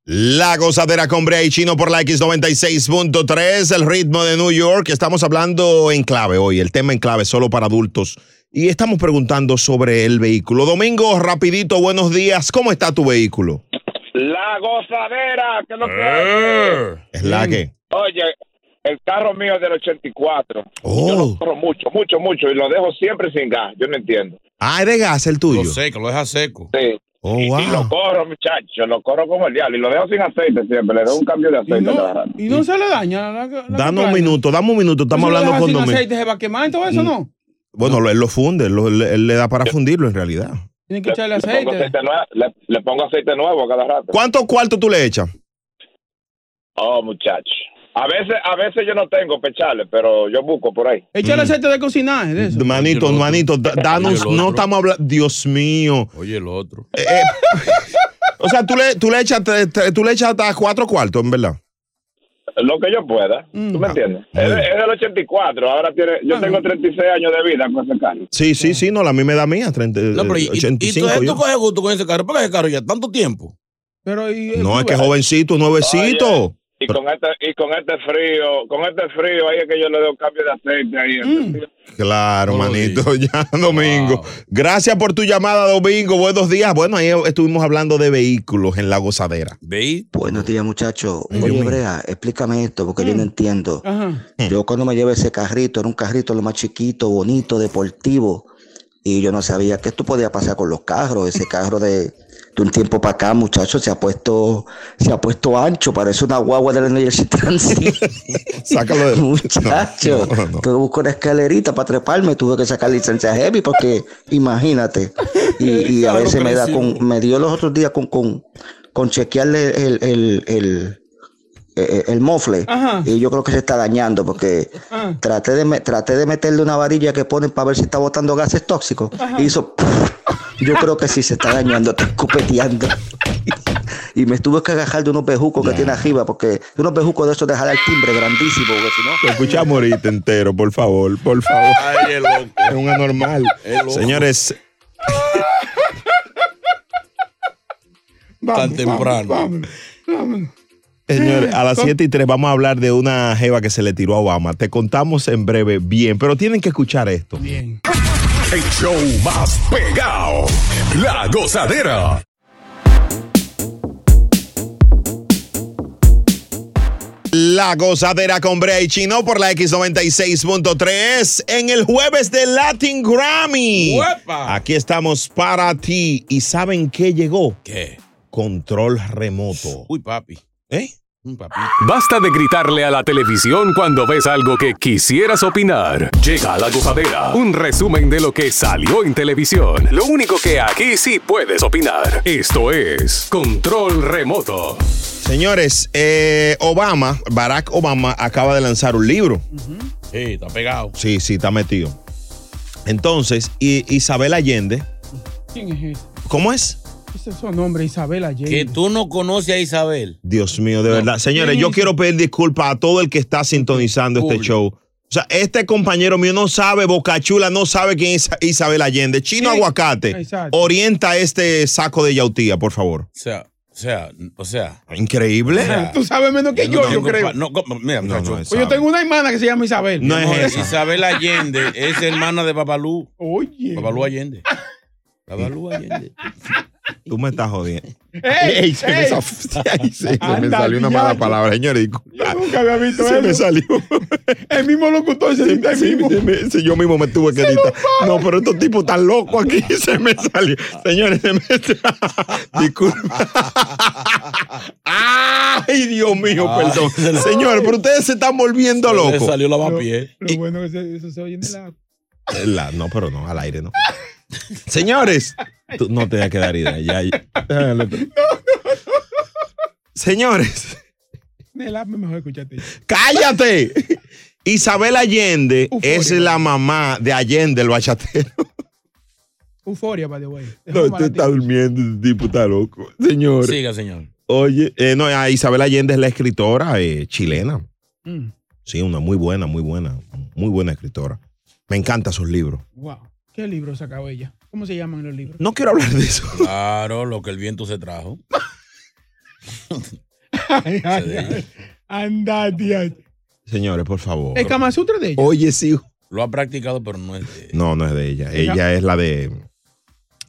[SPEAKER 1] La gozadera con Brea y Chino por la X96.3, el ritmo de New York. Estamos hablando en clave hoy, el tema en clave solo para adultos. Y estamos preguntando sobre el vehículo. Domingo, rapidito, buenos días. ¿Cómo está tu vehículo?
[SPEAKER 10] La gozadera, que lo
[SPEAKER 8] Eh.
[SPEAKER 1] Es la que.
[SPEAKER 10] Oye, el carro mío es del 84. Yo
[SPEAKER 1] Oh.
[SPEAKER 10] lo corro mucho, mucho, mucho y lo dejo siempre sin gas. Yo no entiendo.
[SPEAKER 1] Ah, es de gas el
[SPEAKER 8] Lo
[SPEAKER 1] tuyo.
[SPEAKER 8] seca, lo deja seco.
[SPEAKER 10] Sí.
[SPEAKER 1] Oh,
[SPEAKER 10] y, y lo
[SPEAKER 1] wow.
[SPEAKER 10] corro, muchacho, lo corro como el diablo y lo dejo sin aceite siempre. Le doy un cambio de
[SPEAKER 2] Y
[SPEAKER 10] aceite. cada
[SPEAKER 2] no,
[SPEAKER 10] rato.
[SPEAKER 2] y no se le daña la, la- la
[SPEAKER 1] Danos
[SPEAKER 2] cucaracha.
[SPEAKER 1] un minuto, dame un minuto.
[SPEAKER 2] Eso
[SPEAKER 1] Estamos
[SPEAKER 2] lo
[SPEAKER 1] hablando
[SPEAKER 2] deja
[SPEAKER 1] con Mm.
[SPEAKER 2] sin
[SPEAKER 1] Domingo.
[SPEAKER 2] aceite, se va a quemar y todo eso, ¿no?
[SPEAKER 1] Bueno, lo- él lo funde, lo- él, él le da para fundirlo en realidad.
[SPEAKER 2] Tienen que
[SPEAKER 10] Le,
[SPEAKER 2] echarle
[SPEAKER 10] le pongo
[SPEAKER 2] aceite.
[SPEAKER 10] aceite nuevo, le, le pongo aceite nuevo cada rato.
[SPEAKER 1] ¿Cuántos cuartos tú le echas?
[SPEAKER 10] Oh, muchacho. A veces, a veces yo no tengo pechales, pero yo busco por ahí.
[SPEAKER 2] Échale
[SPEAKER 1] Mm.
[SPEAKER 2] aceite de cocinaje, de eso.
[SPEAKER 1] Manito,
[SPEAKER 8] Oye, el
[SPEAKER 1] manito, da- danos,
[SPEAKER 8] Oye, el
[SPEAKER 1] no
[SPEAKER 8] otro.
[SPEAKER 1] estamos hablando. Dios mío.
[SPEAKER 8] Oye, el otro.
[SPEAKER 1] Eh, eh, o sea, tú le, tú, le echas, tres- tres- tú le echas hasta cuatro cuartos, en verdad.
[SPEAKER 10] Lo que yo pueda. ¿Tú
[SPEAKER 8] Mm.
[SPEAKER 10] me entiendes?
[SPEAKER 8] Ah.
[SPEAKER 1] muy
[SPEAKER 10] Es, de-
[SPEAKER 1] bien.
[SPEAKER 10] es del 84. Ahora tiene, yo
[SPEAKER 2] Ah,
[SPEAKER 10] tengo
[SPEAKER 2] bien.
[SPEAKER 10] 36 años de vida con ese carro.
[SPEAKER 1] Sí, sí, sí, no, la misma edad mía, 30,
[SPEAKER 8] No, pero y, y- y tú,
[SPEAKER 1] 85.
[SPEAKER 8] tú
[SPEAKER 1] yo.
[SPEAKER 8] coges gusto con ese carro. ¿Por qué ese carro ya tanto tiempo?
[SPEAKER 2] Pero y,
[SPEAKER 1] No, es que
[SPEAKER 2] eh,
[SPEAKER 1] jovencito, nuevecito.
[SPEAKER 10] Oye, Y con este, y con este frío, con este frío ahí es que yo le doy un cambio de aceite ahí.
[SPEAKER 8] Mm.
[SPEAKER 10] este
[SPEAKER 1] Claro,
[SPEAKER 8] No lo
[SPEAKER 1] manito, ya domingo. Gracias por tu llamada, domingo. Buenos días. Bueno, ahí estuvimos hablando de vehículos en la gozadera.
[SPEAKER 8] ¿Veis?
[SPEAKER 11] Buenos días, muchachos.
[SPEAKER 1] Ay, Dios
[SPEAKER 11] Oye,
[SPEAKER 1] mío. Eh.
[SPEAKER 11] Brea, explícame esto porque yo no entiendo.
[SPEAKER 2] Ajá.
[SPEAKER 11] Yo cuando me llevé ese carrito, era un carrito lo más chiquito, bonito, deportivo. Y yo no sabía que esto podía pasar con los carros. Ese carro de, de un tiempo para acá, muchachos, se ha puesto, se ha puesto ancho, parece una guagua de la Energy Transit.
[SPEAKER 1] Sácalo de.
[SPEAKER 11] Muchacho,
[SPEAKER 1] No, no, no.
[SPEAKER 11] tuve que buscar una escalerita para treparme, tuve que sacar licencia heavy porque imagínate. Y, y a
[SPEAKER 8] Claro,
[SPEAKER 11] veces me da
[SPEAKER 8] creció.
[SPEAKER 11] con, me dio los otros días con, con, con chequearle el, el, el, eh, el mofle. Y yo creo que se está dañando porque traté de, me- traté de meterle una varilla que ponen para ver si está botando gases tóxicos.
[SPEAKER 12] Ajá.
[SPEAKER 11] Y hizo. Yo creo que sí se está dañando, está escupeteando. Y me tuve que agarrar de unos bejucos que tiene arriba, porque unos bejucos de esos de jalar timbre grandísimo, porque si no.
[SPEAKER 1] Lo escuchamos ahorita entero, por favor, por favor.
[SPEAKER 8] Ay, es loco.
[SPEAKER 1] Es un anormal.
[SPEAKER 8] Es loco.
[SPEAKER 1] Señores,
[SPEAKER 8] Tan temprano.
[SPEAKER 1] Señores, a las
[SPEAKER 8] Con-
[SPEAKER 1] 7 y 3 vamos a hablar de una jeva que se le tiró a Obama. Te contamos en breve bien, pero tienen que escuchar esto.
[SPEAKER 3] El show más pegado. La gozadera.
[SPEAKER 1] La gozadera con Brea y Chino por la X96.3 en el jueves de Latin Grammy.
[SPEAKER 8] ¡Uepa!
[SPEAKER 1] Aquí estamos para ti. ¿Y saben qué llegó?
[SPEAKER 8] ¿Qué?
[SPEAKER 1] Control remoto.
[SPEAKER 8] Uy, papi.
[SPEAKER 1] ¿Eh?
[SPEAKER 8] Un papi.
[SPEAKER 13] Basta de gritarle a la televisión cuando ves algo que quisieras opinar. Llega la gozadera, un resumen de lo que salió en televisión. Lo único que aquí sí puedes opinar. Esto es Control Remoto.
[SPEAKER 1] Señores, eh, Obama, Barack Obama acaba de lanzar un libro.
[SPEAKER 8] Sí, está pegado.
[SPEAKER 1] Sí, sí, está metido. Entonces, I- Isabel Allende,
[SPEAKER 2] ¿Quién es ese?
[SPEAKER 1] ¿cómo es?
[SPEAKER 2] Ese es su nombre, Isabel Allende.
[SPEAKER 8] Que tú no conoces a Isabel.
[SPEAKER 1] Dios mío, de verdad. Señores, yo quiero pedir disculpas a todo el que está sintonizando este show. O sea, este compañero mío no sabe, Bocachula no sabe quién es Isa- Isabel Allende. Chino
[SPEAKER 8] Sí.
[SPEAKER 1] Aguacate,
[SPEAKER 8] Exacto.
[SPEAKER 1] orienta este saco de yautía, por favor.
[SPEAKER 8] O sea, o sea, o sea.
[SPEAKER 1] Increíble.
[SPEAKER 8] O sea,
[SPEAKER 2] Tú sabes menos que
[SPEAKER 8] no
[SPEAKER 2] yo, yo
[SPEAKER 8] tengo
[SPEAKER 2] creo.
[SPEAKER 8] pa- no, co- mira, muchacho.
[SPEAKER 2] Pues yo tengo una hermana que se llama Isabel.
[SPEAKER 8] Mi amor, Isabel Allende es hermana de Babalú.
[SPEAKER 2] Oye.
[SPEAKER 8] Babalú Allende. Babalú Allende.
[SPEAKER 1] Tú me estás jodiendo.
[SPEAKER 2] ¡Ey!
[SPEAKER 1] Ey, se me
[SPEAKER 2] ey.
[SPEAKER 1] sa- Ay, sí, se me
[SPEAKER 2] Anda,
[SPEAKER 1] salió una
[SPEAKER 2] diablo.
[SPEAKER 1] mala palabra, señores. disculpa.
[SPEAKER 2] Yo nunca había visto
[SPEAKER 1] Se
[SPEAKER 2] eso.
[SPEAKER 1] me salió.
[SPEAKER 2] El mismo locutor se edita el mismo.
[SPEAKER 1] Se me- se- yo mismo me tuve que editar. No, pero estos tipos tan locos aquí se me salió. Señores, se me Disculpa. Ay, Dios mío,
[SPEAKER 8] Ay,
[SPEAKER 1] perdón.
[SPEAKER 8] Ah, se le-
[SPEAKER 1] Señores, pero ustedes se están volviendo
[SPEAKER 8] Se le
[SPEAKER 1] locos.
[SPEAKER 8] salió la eh. vapié.
[SPEAKER 2] Lo bueno que se- eso se oye en el agua.
[SPEAKER 1] La- no, pero no, al aire no. Señores, tú no te voy a quedar idea. ya- ya. Señores,
[SPEAKER 2] En el agua mejor escucharte.
[SPEAKER 1] cállate. Isabel Allende
[SPEAKER 2] Euforia.
[SPEAKER 1] es la mamá de Allende, el bachatero.
[SPEAKER 2] Euforia, by the way.
[SPEAKER 1] No, usted está durmiendo, este tipo está loco. Señores.
[SPEAKER 8] Siga, señor.
[SPEAKER 1] Oye, eh, no, a Isabel Allende es la escritora eh, chilena.
[SPEAKER 2] Mm.
[SPEAKER 1] Sí, una muy buena, muy buena, muy buena escritora. Me encantan sus libros.
[SPEAKER 2] Wow. ¿Qué libro sacó ella? ¿Cómo se llaman los libros?
[SPEAKER 1] No quiero hablar de eso.
[SPEAKER 8] Claro, lo que el viento se trajo.
[SPEAKER 2] Ay, ay, ay. Anda, tía.
[SPEAKER 1] Señores, por favor.
[SPEAKER 2] El Kama Sutra de ella.
[SPEAKER 1] Oye, sí.
[SPEAKER 8] Lo ha practicado, pero no es de.
[SPEAKER 1] No, no es de ella. Ella es la de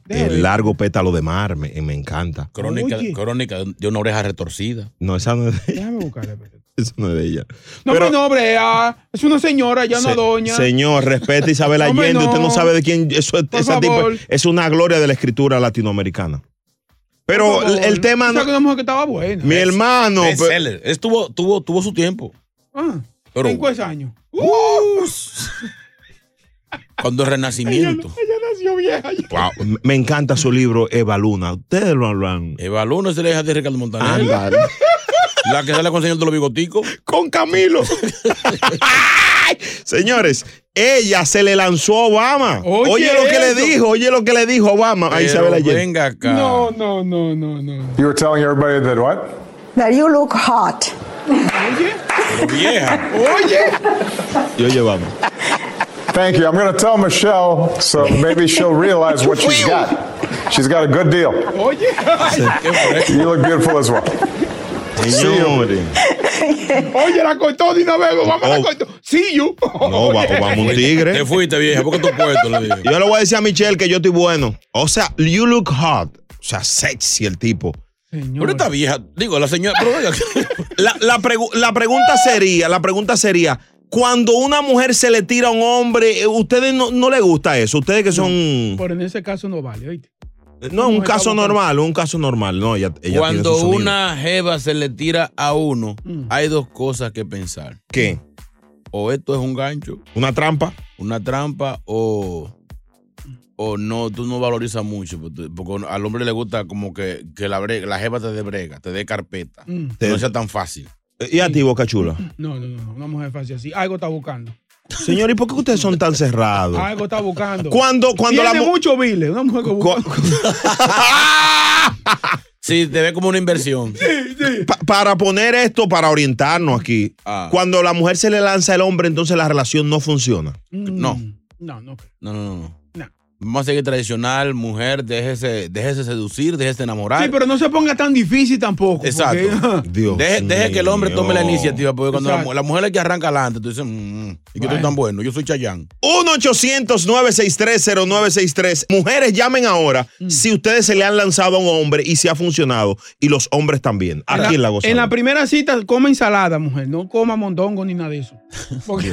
[SPEAKER 1] El largo pétalo de mar. Me, me encanta.
[SPEAKER 8] Crónica,
[SPEAKER 2] Oye.
[SPEAKER 8] crónica de una oreja retorcida.
[SPEAKER 1] No, esa no es de
[SPEAKER 2] Déjame buscarla. pero-
[SPEAKER 1] Eso no es de ella.
[SPEAKER 2] No,
[SPEAKER 1] Pero-
[SPEAKER 2] pero no, Brea. Ah, Es una señora, ya una
[SPEAKER 1] Se-
[SPEAKER 2] doña.
[SPEAKER 1] Señor, respeta a Isabel
[SPEAKER 2] Hombre,
[SPEAKER 1] Allende. Usted no
[SPEAKER 2] no.
[SPEAKER 1] sabe de quién. Eso,
[SPEAKER 2] Por
[SPEAKER 1] esa tipa
[SPEAKER 2] favor.
[SPEAKER 1] es una gloria de la escritura latinoamericana. Pero
[SPEAKER 2] Por favor.
[SPEAKER 1] el, el tema.
[SPEAKER 2] O sea,
[SPEAKER 1] No,
[SPEAKER 2] que una mujer que estaba buena.
[SPEAKER 1] mi hermano. pe-
[SPEAKER 8] Bestseller. Es tuvo, tuvo, tuvo su tiempo.
[SPEAKER 2] Ah,
[SPEAKER 8] Pero-
[SPEAKER 2] cinco años. ¡Uh!
[SPEAKER 8] Cuando el renacimiento.
[SPEAKER 2] Ella nació vieja.
[SPEAKER 1] Wow, m- me encanta su libro Eva Luna. Ustedes lo hablan.
[SPEAKER 8] Eva Luna es la hija de Ricardo Montaner.
[SPEAKER 1] Anda.
[SPEAKER 8] La que sale con el señor de los bigoticos.
[SPEAKER 1] Con Camilo. Ay, Señores, ella se le lanzó a Obama. Oye,
[SPEAKER 2] Oye,
[SPEAKER 1] lo que le
[SPEAKER 2] eso.
[SPEAKER 1] dijo, oye lo que le dijo Obama a
[SPEAKER 8] Pero
[SPEAKER 1] Isabel Allende.
[SPEAKER 8] Venga acá.
[SPEAKER 2] No, no, no, no, no.
[SPEAKER 14] You were telling everybody that what?
[SPEAKER 15] Now you look hot.
[SPEAKER 2] Oye,
[SPEAKER 8] Pero vieja.
[SPEAKER 2] oye.
[SPEAKER 1] Y oye, Obama.
[SPEAKER 14] Thank you. I'm going to tell Michelle so maybe she'll realize what she's got. She's got a good deal.
[SPEAKER 2] Oye.
[SPEAKER 14] You look beautiful as well.
[SPEAKER 1] Señores.
[SPEAKER 2] Oye, la cortó de una vez. Vamos a la cortó. Sí, you.
[SPEAKER 1] Oh. No, va- pues,
[SPEAKER 2] Oye.
[SPEAKER 1] Obama un tigre.
[SPEAKER 8] Te fuiste, vieja. ¿Por qué tú puesto? Le dije.
[SPEAKER 1] Yo le voy a decir a Michelle que yo estoy bueno. O sea, you look hot. O sea, sexy el tipo.
[SPEAKER 8] Pero esta vieja, digo, la señora. Pero venga,
[SPEAKER 1] La, la pregu- la pregunta sería, la pregunta sería, cuando una mujer se le tira a un hombre, eh, ¿ustedes no, no le gusta eso? Ustedes que son...
[SPEAKER 2] Pero en ese caso no vale, oíste.
[SPEAKER 1] Mm. No, un caso normal, un caso normal. No, ella, ella tiene su
[SPEAKER 8] Cuando
[SPEAKER 1] sonido.
[SPEAKER 8] una jeva se le tira a uno,
[SPEAKER 2] Mm.
[SPEAKER 8] hay dos cosas que pensar.
[SPEAKER 1] ¿Qué?
[SPEAKER 8] O esto es un gancho,
[SPEAKER 1] ¿Una trampa?
[SPEAKER 8] una trampa, o, o no, tú no valorizas mucho. Porque porque al hombre le gusta como que, que la, bre- la jeva te dé brega, te dé carpeta.
[SPEAKER 2] Mm.
[SPEAKER 8] Que no sea tan fácil.
[SPEAKER 1] ¿Y a ti, Boca Chula?
[SPEAKER 2] No, no, no, una mujer fácil así. Algo está buscando.
[SPEAKER 1] Señor, ¿y por qué ustedes son tan cerrados?
[SPEAKER 2] Algo está buscando.
[SPEAKER 1] Cuando- cuando la
[SPEAKER 2] Tiene
[SPEAKER 1] mu-
[SPEAKER 2] mucho vile, una mujer que busca-
[SPEAKER 8] Sí, te ve como una inversión.
[SPEAKER 1] Pa- para poner esto, para orientarnos aquí, cuando la mujer se le lanza al hombre, entonces la relación no funciona.
[SPEAKER 8] Mm. No.
[SPEAKER 2] No, no.
[SPEAKER 8] No, no, no. Vamos a seguir tradicional, mujer, déjese, déjese seducir, déjese enamorar.
[SPEAKER 2] Sí, pero no se ponga tan difícil tampoco.
[SPEAKER 8] Exacto.
[SPEAKER 2] porque-
[SPEAKER 8] deje, deje que el hombre tome la iniciativa, porque cuando la,
[SPEAKER 1] Exacto.
[SPEAKER 8] mu- la mujer es que arranca adelante, tú dices, "Mm, ¿y que tú tan bueno? Yo soy Chayán.
[SPEAKER 1] 1-800-963-0963. Mujeres, llamen ahora si ustedes se le han lanzado a un hombre y si ha funcionado. Y los hombres también. Aquí en la gozada.
[SPEAKER 2] En la primera cita, come ensalada, mujer. No coma mondongo ni nada de eso. Porque-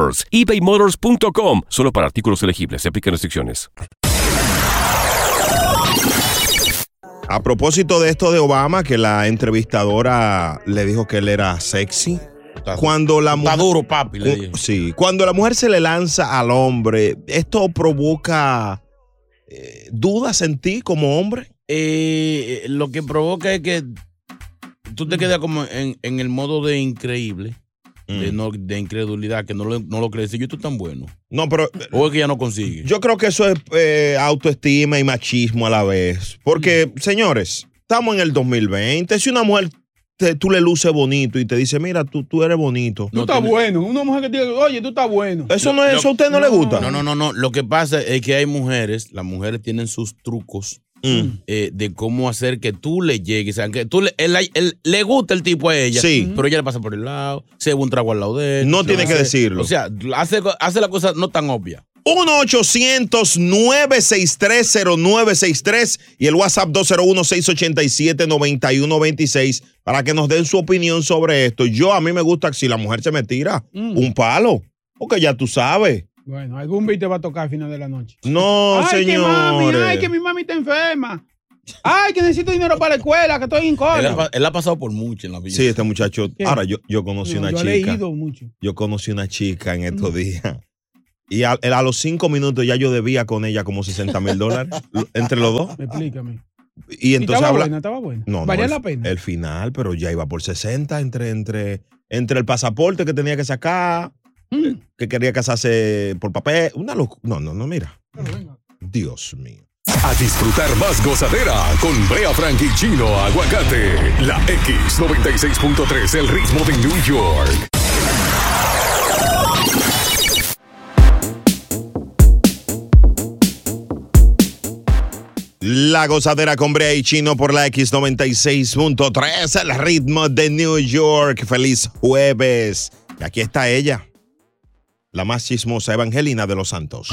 [SPEAKER 5] ebaymotors.com. Solo para artículos elegibles. Se aplican restricciones.
[SPEAKER 1] A propósito de esto de Obama, que la entrevistadora le dijo que él era sexy. Cuando la mujer,
[SPEAKER 8] duro, papi. le dije.
[SPEAKER 1] sí, cuando la mujer se le lanza al hombre, ¿esto provoca eh, dudas en ti como hombre?
[SPEAKER 8] Eh, eh, lo que provoca es que tú
[SPEAKER 1] Mm.
[SPEAKER 8] te quedas como en, en el modo de increíble,
[SPEAKER 1] Mm.
[SPEAKER 8] de, no- de incredulidad, que no lo, no lo crees. Y yo, tú tan bueno.
[SPEAKER 1] No, pero.
[SPEAKER 8] O es que ya no consigue.
[SPEAKER 1] Yo creo que eso es eh, autoestima y machismo a la vez. Porque, señores, estamos en el 2020. Si una mujer te- tú le luces bonito y te dice, mira, tú, tú eres bonito.
[SPEAKER 2] Tú estás bueno. Una mujer que te diga, oye, tú estás bueno.
[SPEAKER 1] Eso no es, eso a usted no, le gusta.
[SPEAKER 8] No, no, no, no. Lo que pasa es que hay mujeres, las mujeres tienen sus trucos
[SPEAKER 1] Mm.
[SPEAKER 8] eh, de cómo hacer que tú le llegues. Aunque tú le, él- él- le gusta el tipo a ella,
[SPEAKER 1] Sí.
[SPEAKER 8] pero ella le pasa por el lado, se bebe un trago al lado de él.
[SPEAKER 1] No
[SPEAKER 8] se
[SPEAKER 1] tiene que
[SPEAKER 8] hace-
[SPEAKER 1] decirlo.
[SPEAKER 8] O sea, hace, hace la cosa no tan obvia.
[SPEAKER 1] 1-800-963-0963 y el WhatsApp 201-687-9126 para que nos den su opinión sobre esto. Yo a mí me gusta que si la mujer se me tira
[SPEAKER 2] Mm.
[SPEAKER 1] un palo, porque ya tú sabes.
[SPEAKER 2] Bueno, algún beat te va a tocar al final de la noche.
[SPEAKER 1] No,
[SPEAKER 2] ay, que mami, ay,
[SPEAKER 1] señores.
[SPEAKER 2] que mi mami está enferma. Ay, que necesito dinero para la escuela, que estoy en
[SPEAKER 8] Él,
[SPEAKER 2] cola.
[SPEAKER 8] ha, él ha pasado por mucho en la vida.
[SPEAKER 1] Sí, este muchacho.
[SPEAKER 2] ¿Qué?
[SPEAKER 1] Ahora, yo, yo conocí
[SPEAKER 2] No,
[SPEAKER 1] una
[SPEAKER 2] yo he
[SPEAKER 1] chica.
[SPEAKER 2] leído Mm. mucho.
[SPEAKER 1] Yo conocí una chica en estos días. Y a, a los cinco minutos ya yo debía con ella como 60 mil dólares lo- entre los dos.
[SPEAKER 2] Explícame.
[SPEAKER 1] Y entonces
[SPEAKER 2] estaba
[SPEAKER 1] habla-
[SPEAKER 2] buena, estaba buena.
[SPEAKER 1] No, no,
[SPEAKER 2] Valía
[SPEAKER 1] el-
[SPEAKER 2] la pena.
[SPEAKER 1] El final, pero ya iba por 60 entre, entre, entre el pasaporte que tenía que sacar,
[SPEAKER 2] Mm.
[SPEAKER 1] eh, que quería casarse por papel. Una locura. No, no, no, mira. Dios mío.
[SPEAKER 3] A disfrutar más gozadera con Brea Frank y Chino Aguacate. La X96.3, el ritmo de New York.
[SPEAKER 1] La gozadera con Brea y Chino por la X96.3, el ritmo de New York. Feliz jueves. Y aquí está ella, la más chismosa evangelina de los santos.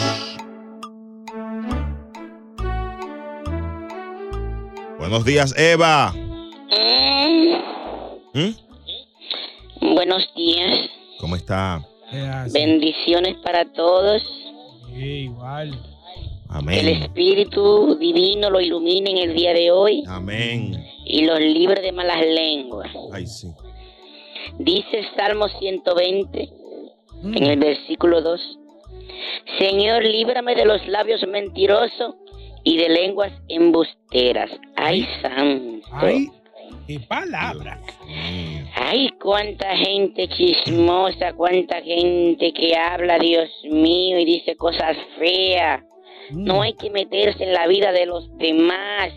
[SPEAKER 1] Buenos días, Eva.
[SPEAKER 12] Mm,
[SPEAKER 1] ¿Mm?
[SPEAKER 12] Buenos días.
[SPEAKER 1] ¿Cómo está?
[SPEAKER 12] Bendiciones para todos.
[SPEAKER 2] igual.
[SPEAKER 12] Que
[SPEAKER 1] Amén.
[SPEAKER 12] el Espíritu Divino lo ilumine en el día de hoy
[SPEAKER 1] Amén.
[SPEAKER 2] Mm.
[SPEAKER 12] y los libre de malas lenguas.
[SPEAKER 1] Ay, sí.
[SPEAKER 12] Dice el Salmo 120, en el versículo 2. Señor, líbrame de los labios mentirosos y de lenguas embusteras. Ay, santo.
[SPEAKER 2] Ay, qué palabra.
[SPEAKER 12] Ay, cuánta gente chismosa, cuánta gente que habla, Dios mío, y dice cosas feas. No hay que meterse en la vida de los demás.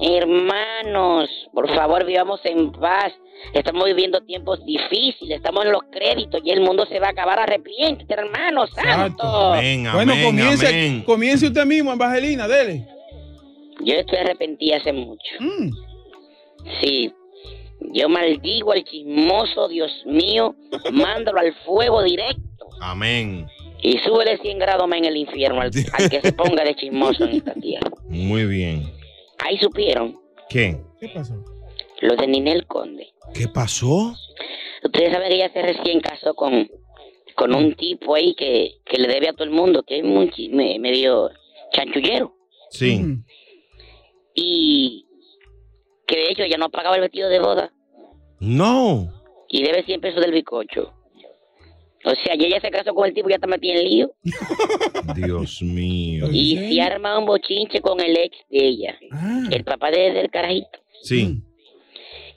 [SPEAKER 12] Hermanos, por favor, vivamos en paz. Estamos viviendo tiempos difíciles, estamos en los créditos y el mundo se va a acabar. Arrepiéntete, hermano santo.
[SPEAKER 2] bueno, comience, comience usted mismo, Evangelina, dele.
[SPEAKER 12] Yo estoy arrepentida hace mucho. Sí. Yo maldigo al chismoso, Dios mío, mándalo al fuego directo
[SPEAKER 1] Amén.
[SPEAKER 12] y súbele 100 grados más en el infierno al, al que se ponga de chismoso en esta tierra.
[SPEAKER 1] Muy bien.
[SPEAKER 12] Ahí supieron
[SPEAKER 1] ¿Qué?
[SPEAKER 2] ¿Qué pasó?
[SPEAKER 12] Lo de Ninel Conde.
[SPEAKER 16] ¿Qué pasó?
[SPEAKER 12] Ustedes saben que ella se recién casó con, con un tipo ahí que, que le debe a todo el mundo, que es muy, chi- me- medio chanchullero.
[SPEAKER 1] Sí.
[SPEAKER 12] Y que de hecho ya no ha pagado el vestido de boda
[SPEAKER 16] No.
[SPEAKER 12] y debe 100 pesos del bicocho. O sea, y ella se casó con el tipo y ya está metida en lío.
[SPEAKER 16] Dios mío.
[SPEAKER 12] Y se arma un bochinche con el ex de ella, el papá de- del carajito.
[SPEAKER 16] Ah. Sí.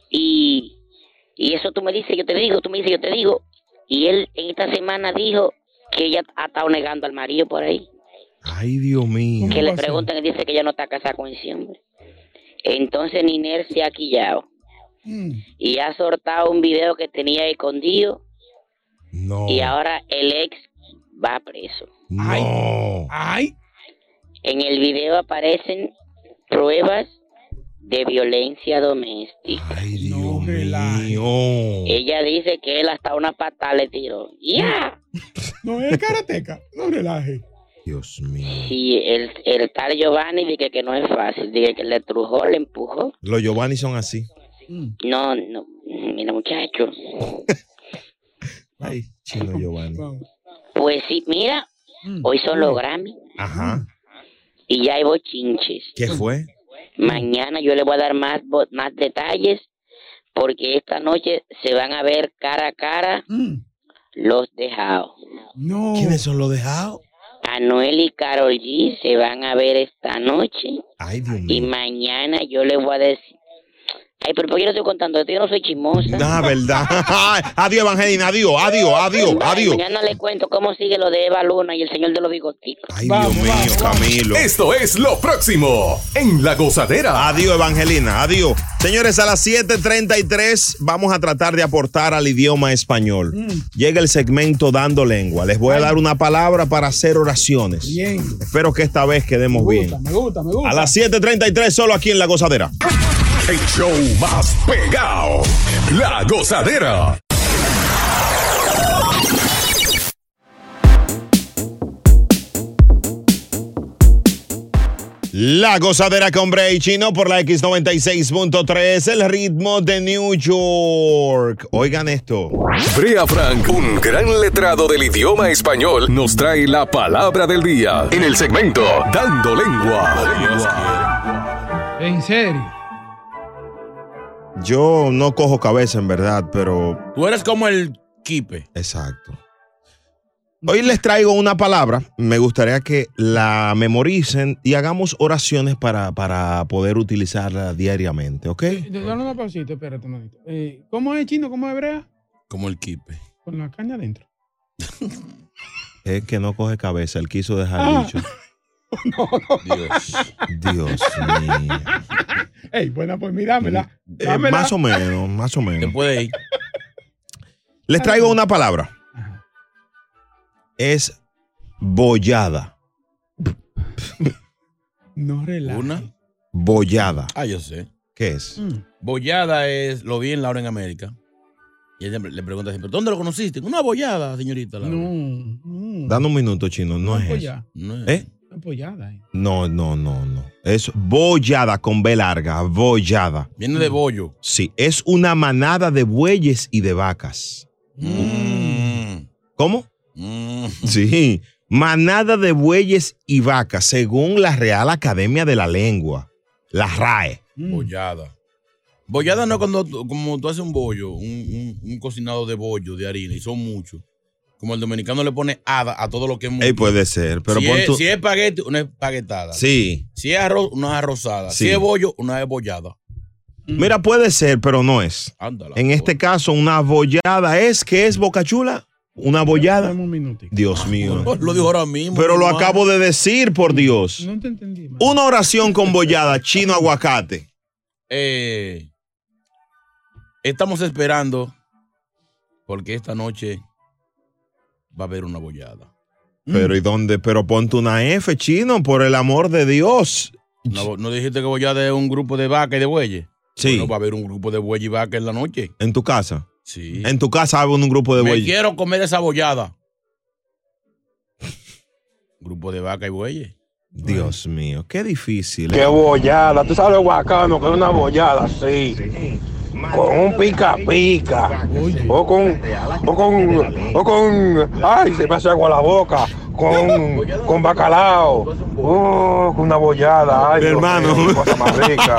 [SPEAKER 12] Y, y eso tú me dices, yo te digo, tú me dices, yo te digo. Y él en esta semana dijo que ella ha estado negando al marido por ahí.
[SPEAKER 16] Ay, Dios mío.
[SPEAKER 12] Que le preguntan y dice que ella no está casada con ese hombre. Entonces Ninel se ha quillado y ha soltado un video que tenía escondido. Y ahora el ex va preso.
[SPEAKER 16] No.
[SPEAKER 12] Ay. En el video aparecen pruebas de violencia doméstica.
[SPEAKER 16] Ay, Dios mío.
[SPEAKER 12] Ella dice que él hasta una patada le tiró. ¡Ya!
[SPEAKER 2] No, es karateca. No relaje.
[SPEAKER 16] Dios mío.
[SPEAKER 12] Sí, el, el tal Giovanni dice que no es fácil. Dice que le trujó, le empujó.
[SPEAKER 16] Los Giovanni son así.
[SPEAKER 12] No, no. Mira, muchacho.
[SPEAKER 16] Ay, chino Giovanni.
[SPEAKER 12] Pues sí, mira. Hoy son
[SPEAKER 2] Mm.
[SPEAKER 12] los Grammy.
[SPEAKER 16] Ajá.
[SPEAKER 12] Y ya hay bochinches.
[SPEAKER 16] ¿Qué fue?
[SPEAKER 12] Mañana yo le voy a dar más, bo- más detalles. Porque esta noche se van a ver cara a cara los dejados.
[SPEAKER 2] No.
[SPEAKER 16] ¿Quiénes son los dejados?
[SPEAKER 12] Anuel y Carol G se van a ver esta noche.
[SPEAKER 16] Ay, Dios
[SPEAKER 12] Y mañana yo le voy a decir. Ay, pero ¿por qué no estoy contando esto? Yo no soy chismosa.
[SPEAKER 16] Ah, verdad. adiós, Evangelina. Adiós, adiós, adiós, adiós.
[SPEAKER 12] Mañana le cuento cómo sigue lo de Eva Luna y el señor de los bigotitos.
[SPEAKER 13] Esto es lo próximo en La Gozadera.
[SPEAKER 1] Adiós, Evangelina. Adiós. Señores, a las 7:33 vamos a tratar de aportar al idioma español. Llega el segmento Dando Lengua. Les voy a dar una palabra para hacer oraciones.
[SPEAKER 2] Bien.
[SPEAKER 1] Espero que esta vez quedemos bien.
[SPEAKER 2] Me gusta, me gusta.
[SPEAKER 1] A las 7:33 solo aquí en La Gozadera.
[SPEAKER 3] El show más pegado. La gozadera.
[SPEAKER 1] La gozadera con Bray Chino por la X96.3, el ritmo de New York. Oigan esto.
[SPEAKER 13] Brea Frank, un gran letrado del idioma español, nos trae la palabra del día en el segmento Dando Lengua.
[SPEAKER 2] En serio.
[SPEAKER 1] Yo no cojo cabeza en verdad, pero
[SPEAKER 8] Tú eres como el kipe.
[SPEAKER 1] Exacto. Hoy les traigo una palabra. Me gustaría que la memoricen y hagamos oraciones para, para poder utilizarla diariamente, ¿ok?
[SPEAKER 2] Dale una pausita, espérate, manito. Eh, ¿Cómo es chino? ¿Cómo es hebrea?
[SPEAKER 8] Como el kipe.
[SPEAKER 2] Con la caña adentro.
[SPEAKER 1] Es que no coge cabeza, él quiso dejar
[SPEAKER 2] Ah.
[SPEAKER 1] dicho.
[SPEAKER 8] Dios.
[SPEAKER 1] Dios mío.
[SPEAKER 2] Ey, buena, pues míramela.
[SPEAKER 1] Eh,
[SPEAKER 2] Dámela.
[SPEAKER 1] más o menos, más o menos.
[SPEAKER 8] puede ir.
[SPEAKER 1] Les traigo una palabra. Es bollada.
[SPEAKER 2] No relaja.
[SPEAKER 8] Una.
[SPEAKER 1] Bollada.
[SPEAKER 8] Ah, yo sé.
[SPEAKER 1] ¿Qué es?
[SPEAKER 8] Bollada es, lo vi en Laura en América. Y ella le pregunta siempre, ¿dónde lo conociste? Una bollada, señorita.
[SPEAKER 2] No,
[SPEAKER 1] Dame un minuto, chino. No es eso.
[SPEAKER 2] Apoyada.
[SPEAKER 1] ¿Eh?
[SPEAKER 2] Apoyada. eh.
[SPEAKER 1] No, no, no, no. Es bollada con B larga, bollada.
[SPEAKER 8] Viene de bollo.
[SPEAKER 1] Sí, es una manada de bueyes y de vacas. Mm. ¿Cómo? Mm. Sí, manada de bueyes y vacas, según la Real Academia de la Lengua, la RAE.
[SPEAKER 2] Mm.
[SPEAKER 8] Bollada. Bollada no es cuando tú- como tú haces un bollo, un, un- un cocinado de bollo, de harina, y son muchos. Como el dominicano le pone hada a todo lo que es mucho.
[SPEAKER 1] Ey, puede ser, pero
[SPEAKER 8] si,
[SPEAKER 1] pon
[SPEAKER 8] Mm. es,
[SPEAKER 1] tu-
[SPEAKER 8] si es espagueti, una espaguetada.
[SPEAKER 1] Sí.
[SPEAKER 8] Si es arroz, una arrozada.
[SPEAKER 1] Sí.
[SPEAKER 8] Si es bollo, una es bollada.
[SPEAKER 1] Mira, puede ser, pero no es.
[SPEAKER 8] Mm. Ándala. pues.
[SPEAKER 1] En este caso, una bollada es, ¿qué es Bocachula? Una bollada. Dios mío.
[SPEAKER 8] Ah, Lo dijo ahora mismo.
[SPEAKER 1] Pero lo
[SPEAKER 8] hermano.
[SPEAKER 1] acabo de decir, por Dios.
[SPEAKER 2] No te entendí.
[SPEAKER 1] Una oración con bollada, chino aguacate.
[SPEAKER 8] Eh, estamos esperando porque esta noche va a haber una bollada.
[SPEAKER 1] Pero ¿y dónde? Pero ponte una F, chino, por el amor de Dios.
[SPEAKER 8] ¿No, no dijiste que bollada es un grupo de vaca y de bueyes?
[SPEAKER 1] Sí.
[SPEAKER 8] No va a haber un grupo de bueyes y vaca en la noche.
[SPEAKER 1] En tu casa.
[SPEAKER 8] Sí.
[SPEAKER 1] En tu casa hay un grupo de
[SPEAKER 8] Me
[SPEAKER 1] bueyes.
[SPEAKER 8] quiero comer esa bollada. grupo de vaca y bueyes.
[SPEAKER 1] Dios mío, qué difícil. eh.
[SPEAKER 17] Qué bollada, tú sabes lo guacano que es una bollada, sí. con un pica pica o con o con o con ay se me hace agua la boca con, con bacalao oh, con una bollada ay Dios
[SPEAKER 1] Hermano.
[SPEAKER 17] mío, cosa más rica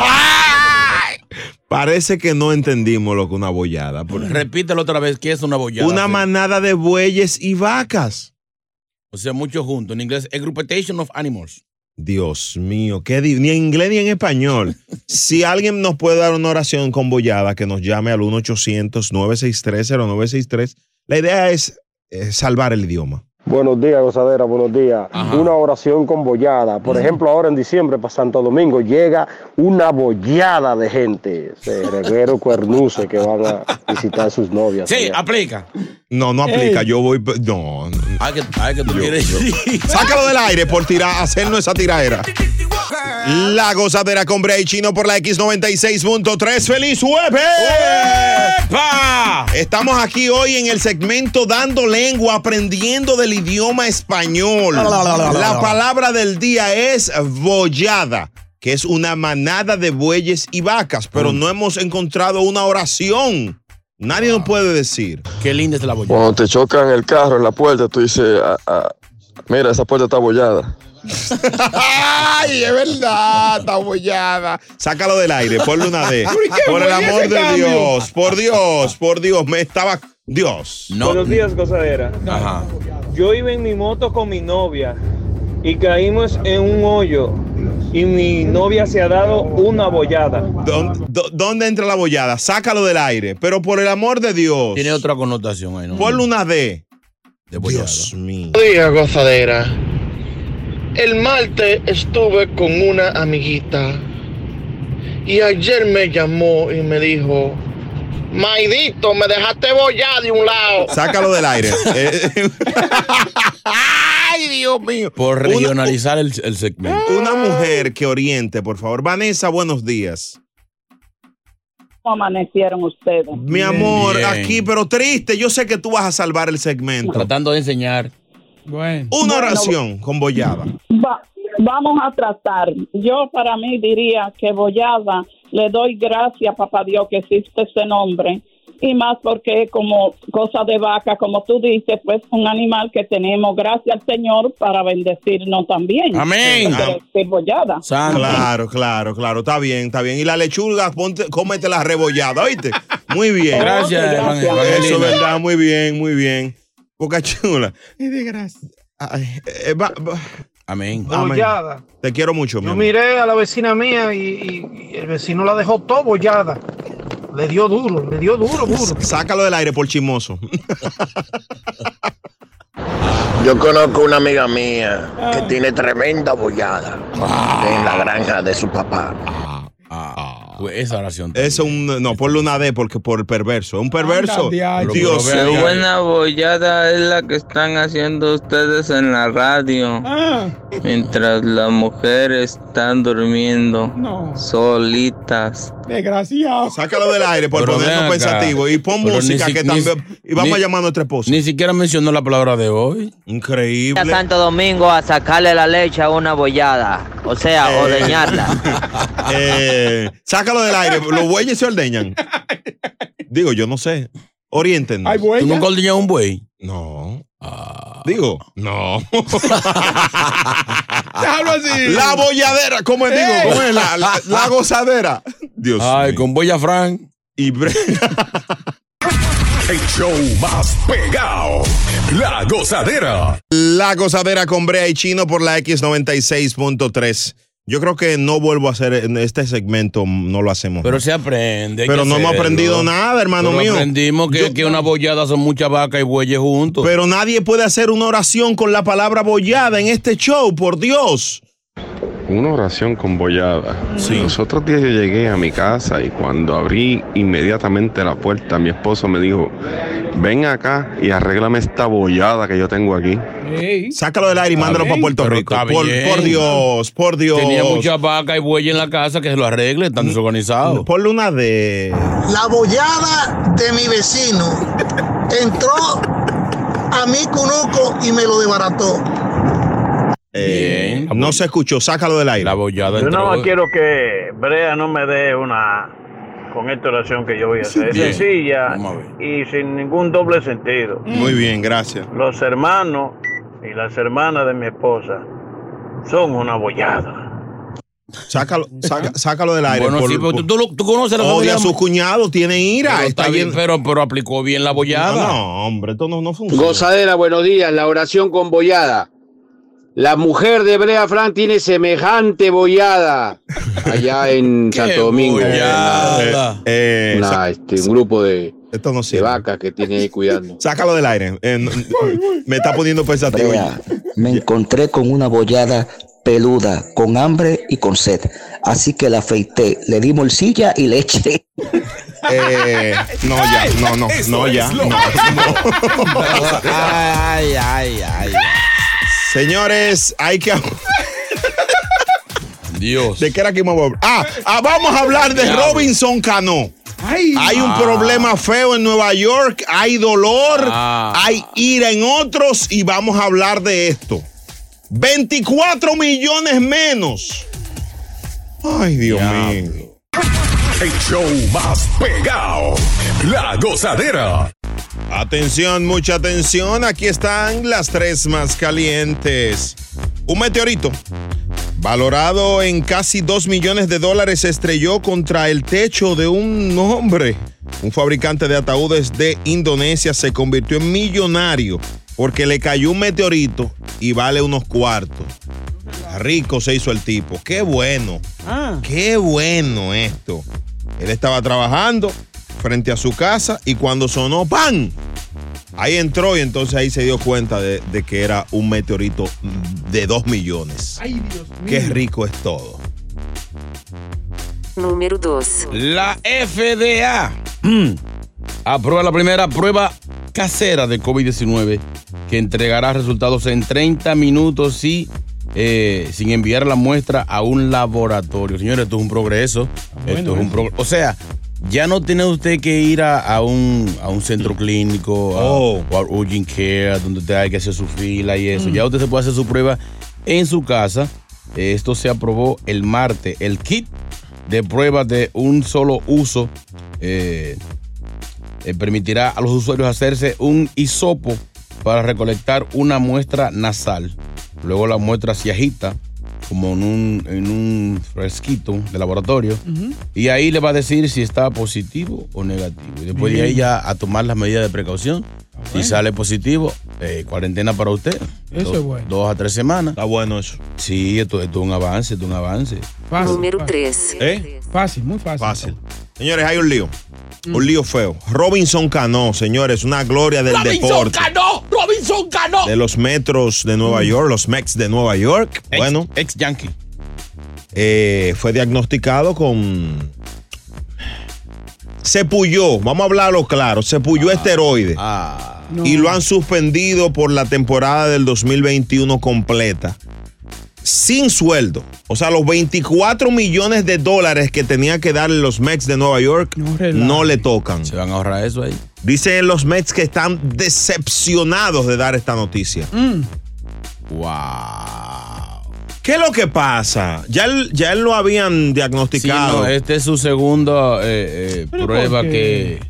[SPEAKER 1] Parece que no entendimos lo que una bollada. por-
[SPEAKER 8] Repítelo otra vez, ¿qué es una bollada?
[SPEAKER 1] Una manada de bueyes y vacas.
[SPEAKER 8] O sea, muchos juntos. En inglés, a grupation of animals.
[SPEAKER 1] Dios mío, qué di- ni en inglés ni en español. si alguien nos puede dar una oración con bollada, que nos llame al 1-800-963-0963. La idea es eh, salvar el idioma.
[SPEAKER 18] Buenos días, gozadera, buenos días. Una oración con bollada. Por ejemplo, ahora en diciembre para Santo Domingo llega una bollada de gente, de reguero cuernuce que van a visitar a sus novias.
[SPEAKER 8] Sí, aplica.
[SPEAKER 1] ah, No, no aplica.
[SPEAKER 18] Ey.
[SPEAKER 1] Yo voy. pe- No.
[SPEAKER 8] Hay que, hay que tú quieres.
[SPEAKER 1] Sácalo del aire por tirar, hacernos esa tiradera. La gozadera con Bray Chino por la X96.3. ¡Feliz jueves! Estamos aquí hoy en el segmento Dando Lengua, aprendiendo del idioma español.
[SPEAKER 16] La, la, la, la, la,
[SPEAKER 1] La
[SPEAKER 16] la.
[SPEAKER 1] palabra del día es bollada, que es una manada de bueyes y vacas, pero
[SPEAKER 8] Mm.
[SPEAKER 1] no hemos encontrado una oración. Nadie nos puede decir.
[SPEAKER 8] Qué linda es la bollada.
[SPEAKER 19] Cuando te chocan el carro en la puerta, tú dices, "Ah, ah, mira, esa puerta está abollada.
[SPEAKER 1] ¡Ay, es verdad! Está bollada. Sácalo del aire, ponle una D.
[SPEAKER 16] Uy, qué
[SPEAKER 1] Por el
[SPEAKER 16] bueno
[SPEAKER 1] amor
[SPEAKER 16] ese
[SPEAKER 1] de
[SPEAKER 16] cambio.
[SPEAKER 1] Dios, por Dios, por Dios, me estaba. Dios.
[SPEAKER 20] Buenos días, gozadera.
[SPEAKER 1] Ajá.
[SPEAKER 20] Yo iba en mi moto con mi novia y caímos en un hoyo y mi novia se ha dado una bollada.
[SPEAKER 1] ¿Dónde, dó- dónde entra la bollada? Sácalo del aire. Pero por el amor de Dios.
[SPEAKER 8] Tiene otra connotación ahí, ¿no?
[SPEAKER 1] Ponle una D.
[SPEAKER 8] Dios
[SPEAKER 1] mío.
[SPEAKER 21] Buenos días, gozadera. El martes estuve con una amiguita y ayer me llamó y me dijo, Maidito, me dejaste bollado de un lado.
[SPEAKER 1] Sácalo del aire. Eh,
[SPEAKER 21] Ay, Dios mío.
[SPEAKER 8] Por
[SPEAKER 1] Una-
[SPEAKER 8] regionalizar el, el segmento.
[SPEAKER 1] una mujer que oriente, por favor. Vanessa, buenos días.
[SPEAKER 22] ¿Cómo amanecieron ustedes?
[SPEAKER 1] Mi amor,
[SPEAKER 8] Bien.
[SPEAKER 1] aquí, pero triste. Yo sé que tú vas a salvar el segmento.
[SPEAKER 8] Tratando de enseñar.
[SPEAKER 1] Una
[SPEAKER 22] Bueno.
[SPEAKER 1] oración con bollada.
[SPEAKER 22] Va- vamos a tratar. Yo para mí diría que Bollada le doy gracias a papá Dios que existe ese nombre. Y más porque como cosa de vaca, como tú dices, pues un animal que tenemos, gracias al Señor para bendecirnos también.
[SPEAKER 1] Amén.
[SPEAKER 22] Pero es bollada.
[SPEAKER 1] Claro, claro, claro. Está bien, está bien. Y la lechuga, ponte, cómete la rebollada, ¿oíste? Muy bien.
[SPEAKER 21] Oh,
[SPEAKER 16] Gracias, Gracias. Evangelina.
[SPEAKER 1] Eso es verdad, muy bien, muy bien. Boca chula. Ay, eh, va- va-
[SPEAKER 8] Amén.
[SPEAKER 21] Bollada.
[SPEAKER 1] Te quiero mucho, mi
[SPEAKER 21] Yo
[SPEAKER 1] amor.
[SPEAKER 21] miré a la vecina mía y, y- y el vecino la dejó todo bollada. Le dio duro, le dio duro, duro.
[SPEAKER 1] Sácalo del aire por chismoso.
[SPEAKER 23] Yo conozco una amiga mía que tiene tremenda bollada en la granja de su papá.
[SPEAKER 8] Pues esa oración.
[SPEAKER 1] Eso es un. No, ponle una D porque por perverso. Un perverso.
[SPEAKER 8] diache.
[SPEAKER 1] Dios
[SPEAKER 24] Qué
[SPEAKER 1] mío.
[SPEAKER 24] buena bollada es la que están haciendo ustedes en la radio.
[SPEAKER 16] Ah.
[SPEAKER 2] Ah,
[SPEAKER 24] Mientras las mujeres están durmiendo solitas.
[SPEAKER 2] Desgraciado.
[SPEAKER 1] Sácalo del aire por
[SPEAKER 8] Pero
[SPEAKER 1] ponernos
[SPEAKER 8] ven acá.
[SPEAKER 1] pensativos. Y pon
[SPEAKER 8] Pero
[SPEAKER 1] música
[SPEAKER 8] ni si-
[SPEAKER 1] que
[SPEAKER 8] ni-
[SPEAKER 1] también. Y vamos
[SPEAKER 8] ni-
[SPEAKER 1] a llamar a nuestra esposa.
[SPEAKER 8] Ni siquiera mencionó la palabra de hoy.
[SPEAKER 1] Increíble.
[SPEAKER 24] A Santo Domingo a sacarle la leche a una bollada, o sea, ordeñarla.
[SPEAKER 1] Eh, sácalo del aire. Los bueyes se ordeñan. Digo, yo no sé. Orienten.
[SPEAKER 8] ¿Hay bueyes? ¿Tú nunca ordeñas un buey? Ah.
[SPEAKER 1] No. Digo, no.
[SPEAKER 16] Déjalo así.
[SPEAKER 1] La bolladera, como digo,
[SPEAKER 16] Ey.
[SPEAKER 1] ¿cómo es? La, la- la gozadera. Dios
[SPEAKER 8] Ay, con boya Frank.
[SPEAKER 1] Y
[SPEAKER 3] El show más pegado. La gozadera.
[SPEAKER 1] La gozadera con Brea y Chino por la X96.3. Yo creo que no vuelvo a hacer en este segmento, no lo hacemos.
[SPEAKER 8] Pero se aprende. hay
[SPEAKER 1] Pero
[SPEAKER 8] que
[SPEAKER 1] no hemos
[SPEAKER 8] hacerlo.
[SPEAKER 1] aprendido nada, hermano
[SPEAKER 8] Pero
[SPEAKER 1] mío.
[SPEAKER 8] Aprendimos que, que una bollada son muchas vacas y bueyes juntos.
[SPEAKER 1] Pero nadie puede hacer una oración con la palabra bollada en este show, por Dios.
[SPEAKER 25] Una oración con bollada. Los otros días yo llegué a mi casa y cuando abrí inmediatamente la puerta, mi esposo me dijo, ven acá y arréglame esta bollada que yo tengo aquí.
[SPEAKER 1] Sácalo del aire y mándalo para Puerto Rico. Por, por Dios, por Dios.
[SPEAKER 8] Tenía muchas vacas y bueyes en la casa que se lo arregle, están desorganizados.
[SPEAKER 1] Ponle una de.
[SPEAKER 21] La bollada de mi vecino entró a mi cunuco y me lo desbarató.
[SPEAKER 1] Eh, no se escuchó, sácalo del aire. La
[SPEAKER 8] bollada
[SPEAKER 26] Yo nada más quiero que Brea no me dé una
[SPEAKER 4] con esta oración que yo voy a hacer.
[SPEAKER 1] bien.
[SPEAKER 4] Es sencilla y sin ningún doble sentido.
[SPEAKER 1] Mm. Muy bien, gracias.
[SPEAKER 4] Los hermanos y las hermanas de mi esposa son una bollada.
[SPEAKER 1] Sácalo, saca- sácalo del aire.
[SPEAKER 8] Bueno, sí, pero tú-
[SPEAKER 1] lo,
[SPEAKER 8] conoces la
[SPEAKER 1] Odia
[SPEAKER 8] familia-
[SPEAKER 1] a sus cuñados, tiene ira.
[SPEAKER 8] Pero,
[SPEAKER 1] Ah, está
[SPEAKER 8] está bien,
[SPEAKER 1] bien.
[SPEAKER 8] pero, pero aplicó bien la bollada.
[SPEAKER 1] No, no, hombre, esto no, no funciona.
[SPEAKER 6] Gozadera, buenos días. La oración con bollada. La mujer de Brea Fran tiene semejante bollada allá en Santo Domingo.
[SPEAKER 1] bollada! Eh,
[SPEAKER 6] Una,
[SPEAKER 1] sa-
[SPEAKER 6] este, un grupo de,
[SPEAKER 1] de
[SPEAKER 6] vacas que tiene ahí cuidando.
[SPEAKER 1] Sácalo del aire. Eh, no- me está poniendo pensativo.
[SPEAKER 11] Brea, me encontré con una bollada peluda, con hambre y con sed. Así que la afeité, le di morcilla y leche.
[SPEAKER 1] Eh, no, ya, no, no, no, ya. no, no.
[SPEAKER 8] Ay, ay, ay.
[SPEAKER 1] Señores, hay que.
[SPEAKER 8] Dios.
[SPEAKER 1] ¿De qué era que íbamos a hablar? Ah, ah, vamos a hablar de
[SPEAKER 8] Diablo.
[SPEAKER 1] Robinson Cano. hay un
[SPEAKER 8] Ah.
[SPEAKER 1] problema feo en Nueva York, hay dolor,
[SPEAKER 8] Ah.
[SPEAKER 1] hay ira en otros y vamos a hablar de esto. 24 millones menos. Ay, Dios mío.
[SPEAKER 3] El show más pegado. La gozadera.
[SPEAKER 1] Atención, mucha atención. Aquí están las tres más calientes. Un meteorito, valorado en casi 2 millones de dólares, se estrelló contra el techo de un hombre. Un fabricante de ataúdes de Indonesia se convirtió en millonario porque le cayó un meteorito y vale unos cuartos. Rico se hizo el tipo. Qué bueno. Qué bueno esto. Él estaba trabajando frente a su casa y cuando sonó ¡pam! Ahí entró y entonces ahí se dio cuenta de, de que era un meteorito de 2 millones.
[SPEAKER 7] Ay, Dios
[SPEAKER 1] eh, Qué rico es todo.
[SPEAKER 7] Número 2.
[SPEAKER 8] La FDA mm, aprueba la primera prueba casera de COVID-19 que entregará resultados en 30 minutos y eh, sin enviar la muestra a un laboratorio. Señores, esto es un progreso. esto es un progreso. O sea, ya no tiene usted que ir a, a un, a un centro clínico a- o a urgent care, donde usted hay que hacer su fila y eso. Ya usted se puede hacer su prueba en su casa. Esto se aprobó el martes. El kit de pruebas de un solo uso eh, eh, permitirá a los usuarios hacerse un hisopo para recolectar una muestra nasal. Luego la muestra se agita como en un, en un fresquito de laboratorio y ahí le va a decir si está positivo o negativo. Y después de ahí ya a tomar las medidas de precaución. Si sale positivo, eh, cuarentena para usted.
[SPEAKER 2] Eso
[SPEAKER 8] dos,
[SPEAKER 2] es bueno.
[SPEAKER 8] Dos a tres semanas. Está
[SPEAKER 1] bueno eso.
[SPEAKER 8] Sí, esto, esto es un avance, esto es un avance.
[SPEAKER 2] Fácil.
[SPEAKER 7] Número
[SPEAKER 2] fácil.
[SPEAKER 7] 3.
[SPEAKER 1] ¿Eh?
[SPEAKER 2] Fácil, muy fácil.
[SPEAKER 1] Fácil. Señores, hay un lío. Un lío feo. Robinson Cano, señores, una gloria del deporte.
[SPEAKER 8] ganó! ¡Robinson ganó!
[SPEAKER 1] de los metros de Nueva York, los Mets de Nueva York. bueno. Eh,
[SPEAKER 8] Ex Yankee.
[SPEAKER 1] fue diagnosticado con. Se puyó, vamos a hablarlo claro, se
[SPEAKER 8] Ah,
[SPEAKER 1] puyó esteroide. Y lo han suspendido por la temporada del 2021 completa. Sin sueldo. O sea, los 24 millones de dólares que tenía que darle los Mets de Nueva York no le tocan. Se
[SPEAKER 8] van a ahorrar eso ahí.
[SPEAKER 1] Dicen los Mets que están decepcionados de dar esta noticia.
[SPEAKER 2] Mm,
[SPEAKER 8] Wow.
[SPEAKER 1] ¿Qué es lo que pasa? Ya, él- ya él lo habían diagnosticado.
[SPEAKER 8] no, eh. esta es su segunda eh, eh,
[SPEAKER 1] ¿Pero
[SPEAKER 8] prueba
[SPEAKER 1] por
[SPEAKER 8] que,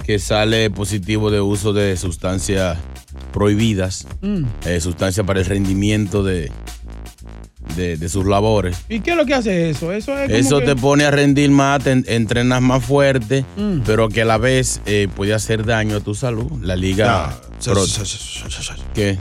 [SPEAKER 1] qué?
[SPEAKER 8] que sale positivo de uso de sustancias prohibidas,
[SPEAKER 2] mm.
[SPEAKER 8] eh, sustancias para el rendimiento de, de, de sus labores.
[SPEAKER 2] ¿Y qué es lo que hace eso? Eso es como
[SPEAKER 8] Eso
[SPEAKER 2] que-
[SPEAKER 8] te pone a rendir más, te en- entrenas más fuerte,
[SPEAKER 2] Mm.
[SPEAKER 8] pero que a la vez eh, puede hacer daño a tu salud. La liga...
[SPEAKER 1] Ya,
[SPEAKER 8] Pro-
[SPEAKER 1] se-
[SPEAKER 8] ¿Qué?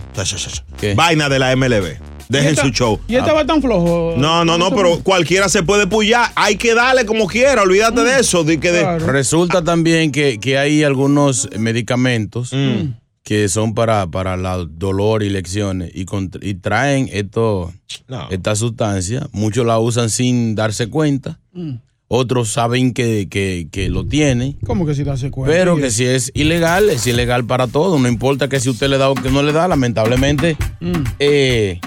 [SPEAKER 8] ¿Qué?
[SPEAKER 1] Vaina de la MLB.
[SPEAKER 2] ¿Y
[SPEAKER 1] Dejen
[SPEAKER 2] esta-
[SPEAKER 1] su show. Ah.
[SPEAKER 2] Y estaba tan flojo.
[SPEAKER 1] No, no, no, pero cualquiera se puede puyar. Hay que darle como quiera. Olvídate
[SPEAKER 2] Mm.
[SPEAKER 1] de eso. de que de-
[SPEAKER 8] Resulta también que, que hay algunos medicamentos
[SPEAKER 1] Mm.
[SPEAKER 8] que son para, para la dolor y lecciones y, cont- y traen esto,
[SPEAKER 1] Ah.
[SPEAKER 8] esta sustancia. Muchos la usan sin darse cuenta.
[SPEAKER 2] Mm.
[SPEAKER 8] Otros saben que, que, que lo tienen.
[SPEAKER 2] ¿Cómo que si te hace cuenta?
[SPEAKER 8] Pero que si es ilegal, es ilegal para todo. No importa que si usted le da o que no le da, lamentablemente eh,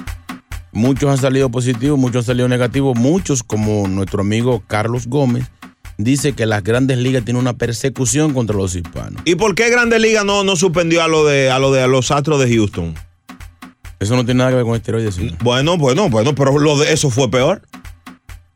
[SPEAKER 8] muchos han salido positivos, muchos han salido negativos, muchos, como nuestro amigo Carlos Gómez, dice que las grandes ligas tienen una persecución contra los hispanos.
[SPEAKER 1] ¿Y por qué Grande Liga no, no suspendió a lo de a lo de a los astros de Houston?
[SPEAKER 8] Eso no tiene nada que ver con esteroides.
[SPEAKER 1] Bueno, bueno, bueno, pero lo de eso fue peor.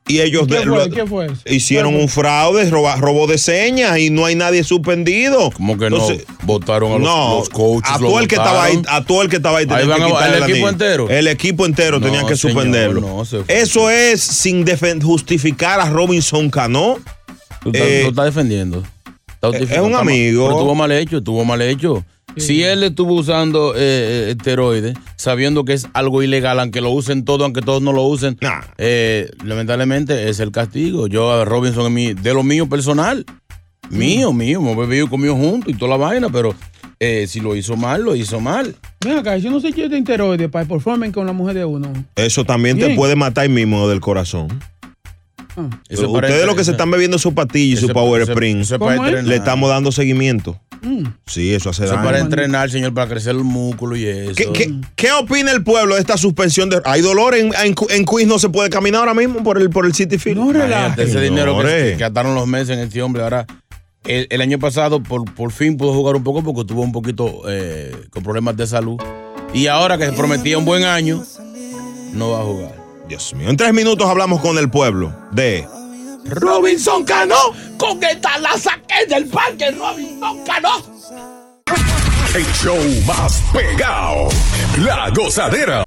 [SPEAKER 1] Y ellos
[SPEAKER 2] ¿Qué
[SPEAKER 1] de-
[SPEAKER 2] fue?
[SPEAKER 1] lo-
[SPEAKER 2] ¿Qué fue eso?
[SPEAKER 1] hicieron un fraude, roba- robó de señas y no hay nadie suspendido. ¿Cómo
[SPEAKER 8] que no? Votaron a los- los coaches,
[SPEAKER 1] A
[SPEAKER 8] lo
[SPEAKER 1] todo el que estaba ahí, ah,
[SPEAKER 8] votaron.
[SPEAKER 1] a todo el que estaba ahí
[SPEAKER 8] Ahí
[SPEAKER 1] tenían
[SPEAKER 8] van
[SPEAKER 1] que
[SPEAKER 8] a- ¿el
[SPEAKER 1] quitarle la
[SPEAKER 8] equipo
[SPEAKER 1] niña.
[SPEAKER 8] entero?
[SPEAKER 1] El equipo entero
[SPEAKER 8] No,
[SPEAKER 1] tenían que
[SPEAKER 8] señor,
[SPEAKER 1] suspenderlo.
[SPEAKER 8] no, se fue.
[SPEAKER 1] Eso es sin defen- justificar a Robinson Cano.
[SPEAKER 8] Tú estás,
[SPEAKER 1] Eh,
[SPEAKER 8] lo estás defendiendo. Está
[SPEAKER 1] es
[SPEAKER 8] justificado,
[SPEAKER 1] un
[SPEAKER 8] está mal.
[SPEAKER 1] amigo.
[SPEAKER 8] Pero estuvo mal hecho, estuvo mal hecho. Si él estuvo usando eh, eh, esteroides, sabiendo que es algo ilegal, aunque lo usen todos, aunque todos no lo usen, eh, lamentablemente es el castigo. Yo a Robinson, en mi- de lo mío personal, mío, mío, hemos bebido y comido juntos y toda la vaina, pero eh, si lo hizo mal, lo hizo mal.
[SPEAKER 2] Ven acá, yo no sé qué es de esteroide para el performance con la mujer de uno.
[SPEAKER 1] Eso también te
[SPEAKER 2] Bien.
[SPEAKER 1] puede matar mismo del corazón.
[SPEAKER 2] Ah.
[SPEAKER 1] Ustedes lo que se están bebiendo su patilla y su Power Spring,
[SPEAKER 8] eso es para ¿Cómo es?
[SPEAKER 1] le estamos dando seguimiento.
[SPEAKER 2] Mm.
[SPEAKER 1] Sí, eso hace
[SPEAKER 8] Eso
[SPEAKER 1] daño.
[SPEAKER 8] para entrenar, señor, para crecer el músculo y eso.
[SPEAKER 1] ¿Qué, qué- qué opina el pueblo de esta suspensión? de ¿Hay dolor? En, en, Cu- en Queens no se puede caminar ahora mismo por el, por el City Field. No,
[SPEAKER 8] Imagínate ese dinero que, que ataron los meses en este hombre. Ahora, el, el año pasado por, por fin pudo jugar un poco porque tuvo un poquito eh, con problemas de salud. Y ahora que se prometía un buen año, no va a jugar.
[SPEAKER 1] Dios mío. En tres minutos hablamos con el pueblo de...
[SPEAKER 16] Robinson Cano, con esta la saqué del parque, Robinson Cano.
[SPEAKER 27] El show más pegado. La gozadera.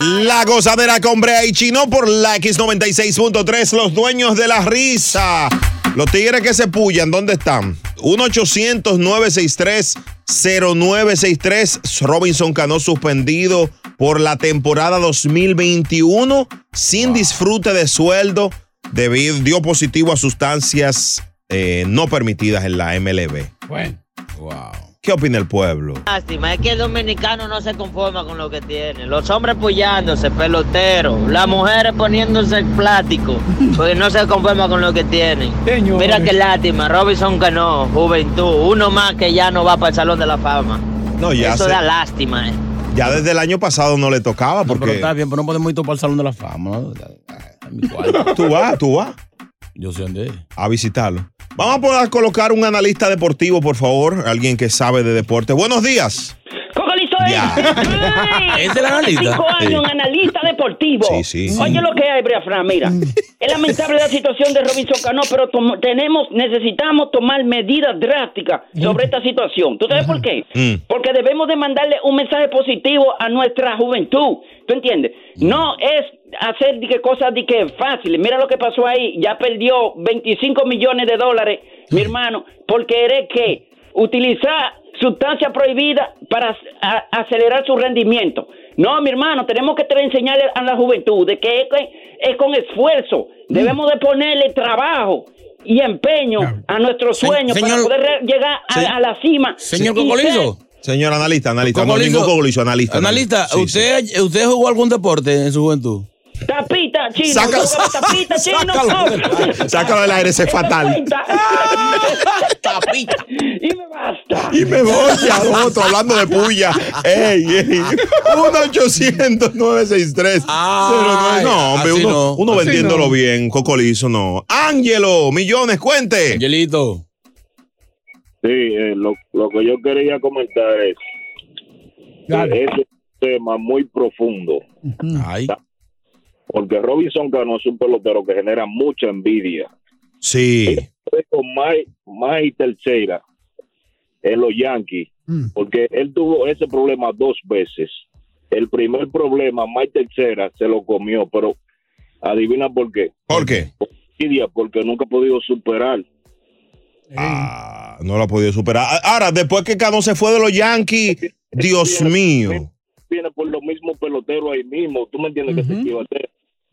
[SPEAKER 1] La gozadera con Brea y Chino por la X96.3, los dueños de la risa. Los tigres que se pullan, ¿dónde están? 1-800-963-0963. Robinson Cano suspendido por la temporada 2021 sin disfrute de sueldo. Debido, dio positivo a sustancias eh, no permitidas en la MLB.
[SPEAKER 2] Bueno.
[SPEAKER 1] ¿Qué opina el pueblo?
[SPEAKER 24] Lástima, es que el dominicano no se conforma con lo que tiene. Los hombres pullándose, peloteros, las mujeres poniéndose plástico, porque no se conforma con lo que tienen. Mira qué lástima, Robinson Cano, juventud, uno más que ya no va para el Salón de la Fama.
[SPEAKER 1] No, ya
[SPEAKER 24] Eso
[SPEAKER 1] se-
[SPEAKER 24] da lástima, eh.
[SPEAKER 1] Ya desde el año pasado no le tocaba
[SPEAKER 8] Pero
[SPEAKER 1] porque...
[SPEAKER 8] está bien, pero no podemos ir todos para el Salón de la Fama. ¿no?
[SPEAKER 1] Tú vas, tú vas.
[SPEAKER 8] Yo sé dónde es.
[SPEAKER 1] a visitarlo. Vamos a poder colocar un analista deportivo, por favor, alguien que sabe de deporte. Buenos días.
[SPEAKER 8] Es el analista.
[SPEAKER 28] Cinco años,
[SPEAKER 1] Sí.
[SPEAKER 28] un analista deportivo.
[SPEAKER 1] sí, sí.
[SPEAKER 28] Oye lo que hay, Brea Fran, mira. es lamentable la situación de Robinson Cano, pero tom- tenemos, necesitamos tomar medidas drásticas sobre esta situación. ¿Tú sabes por qué?
[SPEAKER 1] Mm.
[SPEAKER 28] Porque debemos de mandarle un mensaje positivo a nuestra juventud. ¿Tú entiendes?
[SPEAKER 1] Mm.
[SPEAKER 28] No es hacer de que cosas de que fáciles. Mira lo que pasó ahí. Ya perdió 25 millones de dólares, mi hermano, por querer que utilizar sustancia prohibida para ac- a- acelerar su rendimiento. No, mi hermano, tenemos que tra- enseñarle a la juventud de que es, con- es con esfuerzo.
[SPEAKER 8] Mm.
[SPEAKER 28] Debemos de ponerle trabajo y empeño a nuestro sueño para poder re- llegar a, a la cima. Y ser-
[SPEAKER 1] Señor analista, analista. No,
[SPEAKER 8] Cocolizo.
[SPEAKER 1] ningún Cocolizo, analista.
[SPEAKER 8] Analista,
[SPEAKER 1] Sí, sí.
[SPEAKER 8] ¿usted, ¿usted jugó algún deporte en su juventud?
[SPEAKER 28] Tapita, chino.
[SPEAKER 8] Sácalo.
[SPEAKER 28] Yo creo que tapita, chino.
[SPEAKER 8] Sácalo
[SPEAKER 28] no.
[SPEAKER 1] Sácalo del aire, ese es
[SPEAKER 28] Eso
[SPEAKER 1] fatal.
[SPEAKER 28] cuenta.
[SPEAKER 8] tapita.
[SPEAKER 28] Y me basta.
[SPEAKER 1] Y me voy a otro hablando de puya. Ey, ey. 1-800-963-09.
[SPEAKER 16] Ay,
[SPEAKER 1] No, hombre,
[SPEAKER 16] así
[SPEAKER 1] uno,
[SPEAKER 16] no,
[SPEAKER 1] uno
[SPEAKER 16] así
[SPEAKER 1] vendiéndolo
[SPEAKER 16] no.
[SPEAKER 1] bien, Cocolizo, no. Ángelo, millones, cuente.
[SPEAKER 8] Angelito.
[SPEAKER 29] Sí, eh, lo, lo que yo quería comentar es que ese es un tema muy profundo. Porque Robinson Cano es un pelotero que genera mucha envidia.
[SPEAKER 1] Sí.
[SPEAKER 29] Fue Con Mike, Mike Teixeira en los Yankees,
[SPEAKER 1] Mm.
[SPEAKER 29] porque él tuvo ese problema dos veces. El primer problema, Mike Teixeira se lo comió, pero adivina por qué.
[SPEAKER 1] ¿Por qué?
[SPEAKER 29] Envidia, Porque nunca ha podido superar
[SPEAKER 1] Ah, no lo ha podido superar. Ahora, después que Cano se fue de los Yankees, Dios mío.
[SPEAKER 29] viene por los mismos peloteros ahí mismo. ¿Tú me entiendes que se equivale?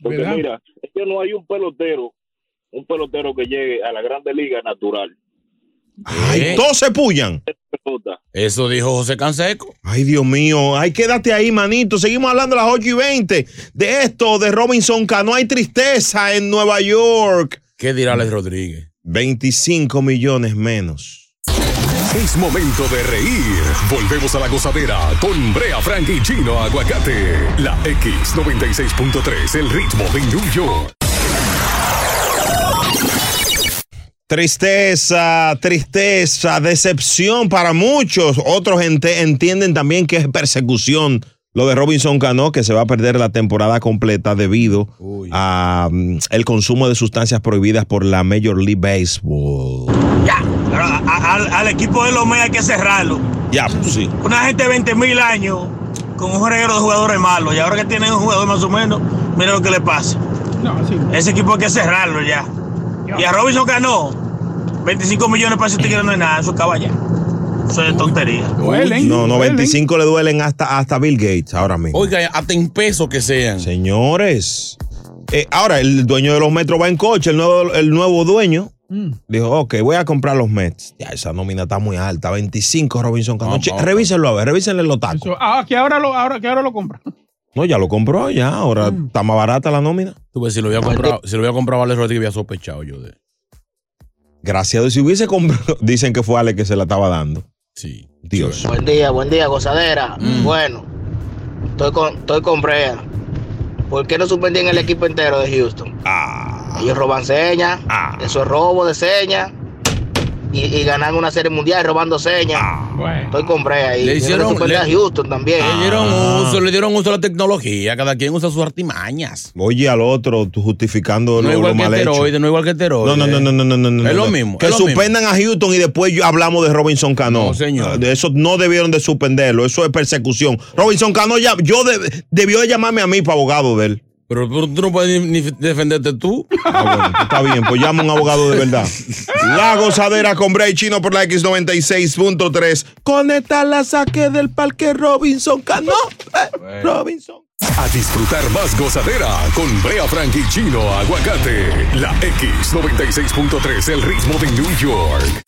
[SPEAKER 29] Porque
[SPEAKER 1] ¿Verdad?
[SPEAKER 29] mira, es que no hay un pelotero, un pelotero que llegue a la Grande Liga natural.
[SPEAKER 1] Ay, todos se pullan.
[SPEAKER 8] Eso dijo José Canseco.
[SPEAKER 1] Ay, Dios mío. Ay, quédate ahí, manito. Seguimos hablando a las 8 y 20 de esto, de Robinson Cano. Hay tristeza en Nueva York.
[SPEAKER 8] ¿Qué dirá Alex Rodríguez?
[SPEAKER 1] 25 millones menos.
[SPEAKER 3] Es momento de reír. Volvemos a la gozadera con Brea Frank y Chino Aguacate. La X96.3, el ritmo de New York.
[SPEAKER 1] Tristeza, tristeza, decepción para muchos. Otros ente- entienden también que es persecución. Lo de Robinson Cano, que se va a perder la temporada completa debido a mm, el consumo de sustancias prohibidas por la Major League Baseball.
[SPEAKER 12] Pero a- a- al, al equipo de Lomé hay que cerrarlo.
[SPEAKER 1] Ya, pues sí.
[SPEAKER 12] Una gente de 20 mil años con un reguero de jugadores malos. Y ahora que tienen un jugador más o menos, mira lo que le pasa. Ese equipo hay que cerrarlo ya. Y a Robinson ganó 25 millones para ese tigre no es nada, eso acaba ya. Eso es tontería.
[SPEAKER 1] No, 95 le duelen hasta, hasta Bill Gates ahora mismo.
[SPEAKER 8] Oiga, hasta en pesos que sean.
[SPEAKER 1] Señores. Eh, ahora, el dueño de los metros va en coche, el nuevo, el nuevo dueño. Dijo, ok, voy a comprar los Mets. Ya, esa nómina está muy alta. 25 Robinson Cano. Che, revísenlo a ver, revísenle los tacos.
[SPEAKER 2] Ah, que ahora lo, ahora, que ahora lo compra.
[SPEAKER 1] No, ya lo compró, ya. Ahora está más barata la nómina.
[SPEAKER 8] Tú ves, si lo había comprado, si lo había comprado a Alex Rodríguez, había sospechado yo de él.
[SPEAKER 1] Gracias a Dios. Si hubiese comprado, dicen que fue Ale que se la estaba dando.
[SPEAKER 8] Sí.
[SPEAKER 1] Dios.
[SPEAKER 13] Buen día, buen día, gozadera.
[SPEAKER 8] Mm.
[SPEAKER 13] Bueno, estoy con, estoy con Brea. ¿Por qué no suspendían el equipo entero de Houston?
[SPEAKER 8] Ah.
[SPEAKER 13] Ellos roban señas, eso es robo de señas. Y, y ganan una serie mundial robando señas. Estoy con Brea. Y
[SPEAKER 8] Ah. Le hicieron-
[SPEAKER 13] suspender a
[SPEAKER 8] le-
[SPEAKER 13] Houston también.
[SPEAKER 8] Eh,
[SPEAKER 1] Ah.
[SPEAKER 8] Le dieron uso, le dieron uso a la tecnología. Cada quien usa sus artimañas.
[SPEAKER 1] Oye al otro tú justificando
[SPEAKER 8] No es
[SPEAKER 1] lo,
[SPEAKER 8] igual
[SPEAKER 1] lo
[SPEAKER 8] que
[SPEAKER 1] mal hecho.
[SPEAKER 8] esteroide, no es igual que esteroide.
[SPEAKER 1] No, no, no, no, no, no, no, no.
[SPEAKER 8] Es lo
[SPEAKER 1] no.
[SPEAKER 8] mismo,
[SPEAKER 1] Que
[SPEAKER 8] es lo
[SPEAKER 1] suspendan a Houston y después yo- hablamos de Robinson Cano.
[SPEAKER 8] No, señor.
[SPEAKER 1] Ah, de Eso no debieron de suspenderlo. Eso es persecución. Robinson Cano ya, yo de- debió de llamarme a mí para abogado de él.
[SPEAKER 8] Pero tú, tú no puedes ni, ni defenderte tú.
[SPEAKER 1] Está bien, Ah, pues llama a un abogado de verdad. La gozadera con Bray Chino por la X96.3. Conecta la saque del parque Robinson Cano. Eh, Robinson.
[SPEAKER 3] A disfrutar más gozadera con Brea Frank y Chino Aguacate. La X96.3, el ritmo de New York.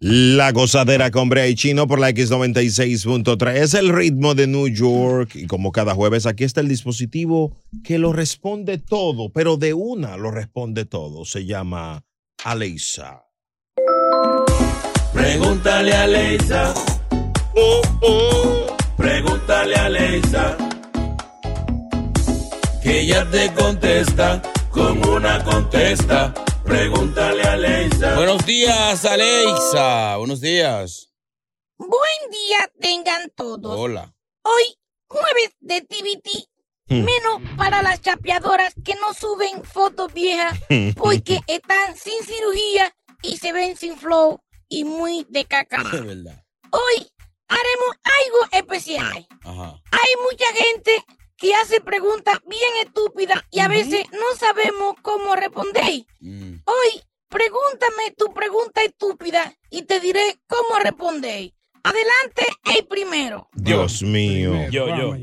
[SPEAKER 1] La gozadera con Brea y Chino por la X96.3 es el ritmo de New York. Y como cada jueves, aquí está el dispositivo que lo responde todo, pero de una lo responde todo. Se llama Aleisa.
[SPEAKER 16] Pregúntale a Leisa. Pregúntale a Leisa. Que ella te contesta con una contesta. Pregúntale a Leisa.
[SPEAKER 8] Buenos días, Alexa. Buenos días.
[SPEAKER 14] Buen día tengan todos.
[SPEAKER 8] Hola.
[SPEAKER 14] Hoy, jueves de TVT,
[SPEAKER 8] Hmm.
[SPEAKER 14] menos para las chapeadoras que no suben fotos viejas porque están sin cirugía y se ven sin flow y muy de caca.
[SPEAKER 16] Es
[SPEAKER 8] verdad.
[SPEAKER 14] Hoy haremos algo especial. Hay mucha gente que hace preguntas bien estúpidas y a veces no sabemos cómo responder. Hoy, pregúntame tu pregunta estúpida y te diré cómo responder. Adelante, el primero.
[SPEAKER 1] Dios mío.
[SPEAKER 8] Yo, yo.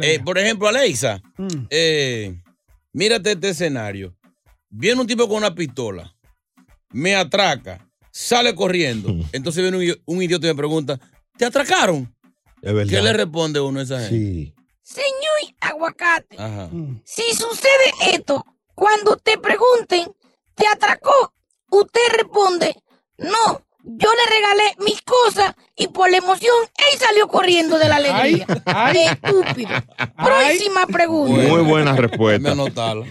[SPEAKER 8] Eh, por ejemplo, Alexa, eh, mírate este escenario. Viene un tipo con una pistola, me atraca, sale corriendo. Entonces viene un, i- un idiota y me pregunta, ¿te atracaron?
[SPEAKER 1] Es verdad.
[SPEAKER 8] ¿Qué le responde uno a esa gente? Sí.
[SPEAKER 14] Señor Aguacate,
[SPEAKER 8] Ajá.
[SPEAKER 14] si sucede esto, cuando te pregunten, ¿te atracó? Usted responde, no, yo le regalé mis cosas y por la emoción él salió corriendo de la alegría. Qué estúpido. Próxima pregunta.
[SPEAKER 1] Muy buena respuesta.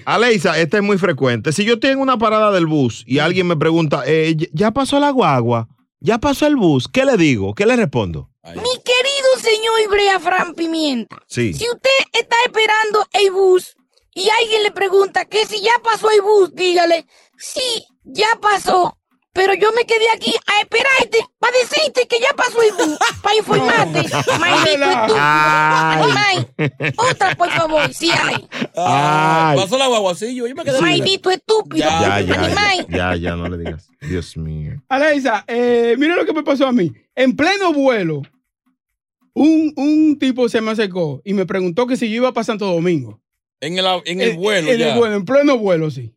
[SPEAKER 1] Aleisa, esta es muy frecuente. Si yo estoy en una parada del bus y alguien me pregunta, eh, ¿ya pasó la guagua? ¿Ya pasó el bus? ¿Qué le digo? ¿Qué le respondo?
[SPEAKER 14] Mi querido señor Ibrea Fran Pimienta,
[SPEAKER 1] Sí.
[SPEAKER 14] si usted está esperando el bus y alguien le pregunta que si ya pasó el bus, dígale, sí, ya pasó, pero yo me quedé aquí a esperarte para decirte que ya pasó el bus, para informarte. Maldito estúpido. Ay, Otra, por favor, sí hay.
[SPEAKER 1] Ay.
[SPEAKER 8] Ah, Pasó la guaguacillo, yo me quedé.
[SPEAKER 14] Maldito estúpido.
[SPEAKER 1] Ya, ya, ya,
[SPEAKER 14] Animal.
[SPEAKER 1] ya, ya, no le digas. Dios mío.
[SPEAKER 2] Alexa, eh, mira lo que me pasó a mí. En pleno vuelo, un, un tipo se me acercó y me preguntó que si yo iba para Santo Domingo.
[SPEAKER 8] En el, en el
[SPEAKER 2] Eh,
[SPEAKER 8] vuelo
[SPEAKER 2] en el
[SPEAKER 8] ya.
[SPEAKER 2] vuelo, en pleno vuelo, sí.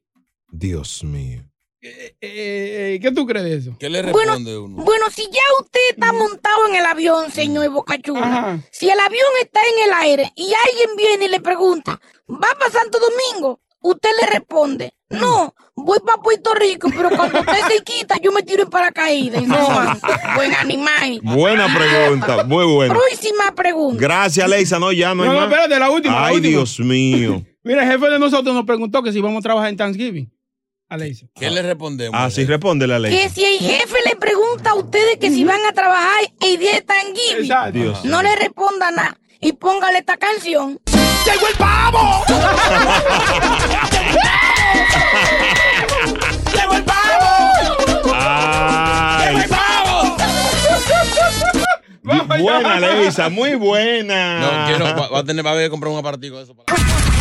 [SPEAKER 1] Dios mío.
[SPEAKER 2] Eh, ¿Qué tú crees de eso?
[SPEAKER 8] ¿Qué le
[SPEAKER 14] Bueno,
[SPEAKER 8] responde uno?
[SPEAKER 14] Bueno, si ya usted está montado en el avión, señor Bocachula, si el avión está en el aire y alguien viene y le pregunta, ¿va para Santo Domingo? Usted le responde, no, voy para Puerto Rico, pero cuando usted se quita, yo me tiro en paracaídas. No, buen animal.
[SPEAKER 1] Buena pregunta, muy buena.
[SPEAKER 14] Próxima pregunta.
[SPEAKER 1] Gracias, Leisa. No, ya no,
[SPEAKER 2] No,
[SPEAKER 1] hay
[SPEAKER 2] no,
[SPEAKER 1] más.
[SPEAKER 2] espérate, la última, la
[SPEAKER 1] Ay,
[SPEAKER 2] última.
[SPEAKER 1] Dios mío.
[SPEAKER 2] Mira, el jefe de nosotros nos preguntó que si vamos a trabajar en Thanksgiving. Aleisa.
[SPEAKER 8] ¿Qué le respondemos?
[SPEAKER 1] Así responde la ley.
[SPEAKER 14] Que si el jefe le pregunta a ustedes que si van a trabajar el día de Thanksgiving,
[SPEAKER 1] Dios.
[SPEAKER 14] no le responda nada y póngale esta canción.
[SPEAKER 16] ¡Llegó el pavo! ¡Llegó el pavo! ¡Llegó el pavo!
[SPEAKER 1] Buena, Leisa, muy buena.
[SPEAKER 8] No, quiero, va, va a tener, va a haber que comprar un apartico de eso.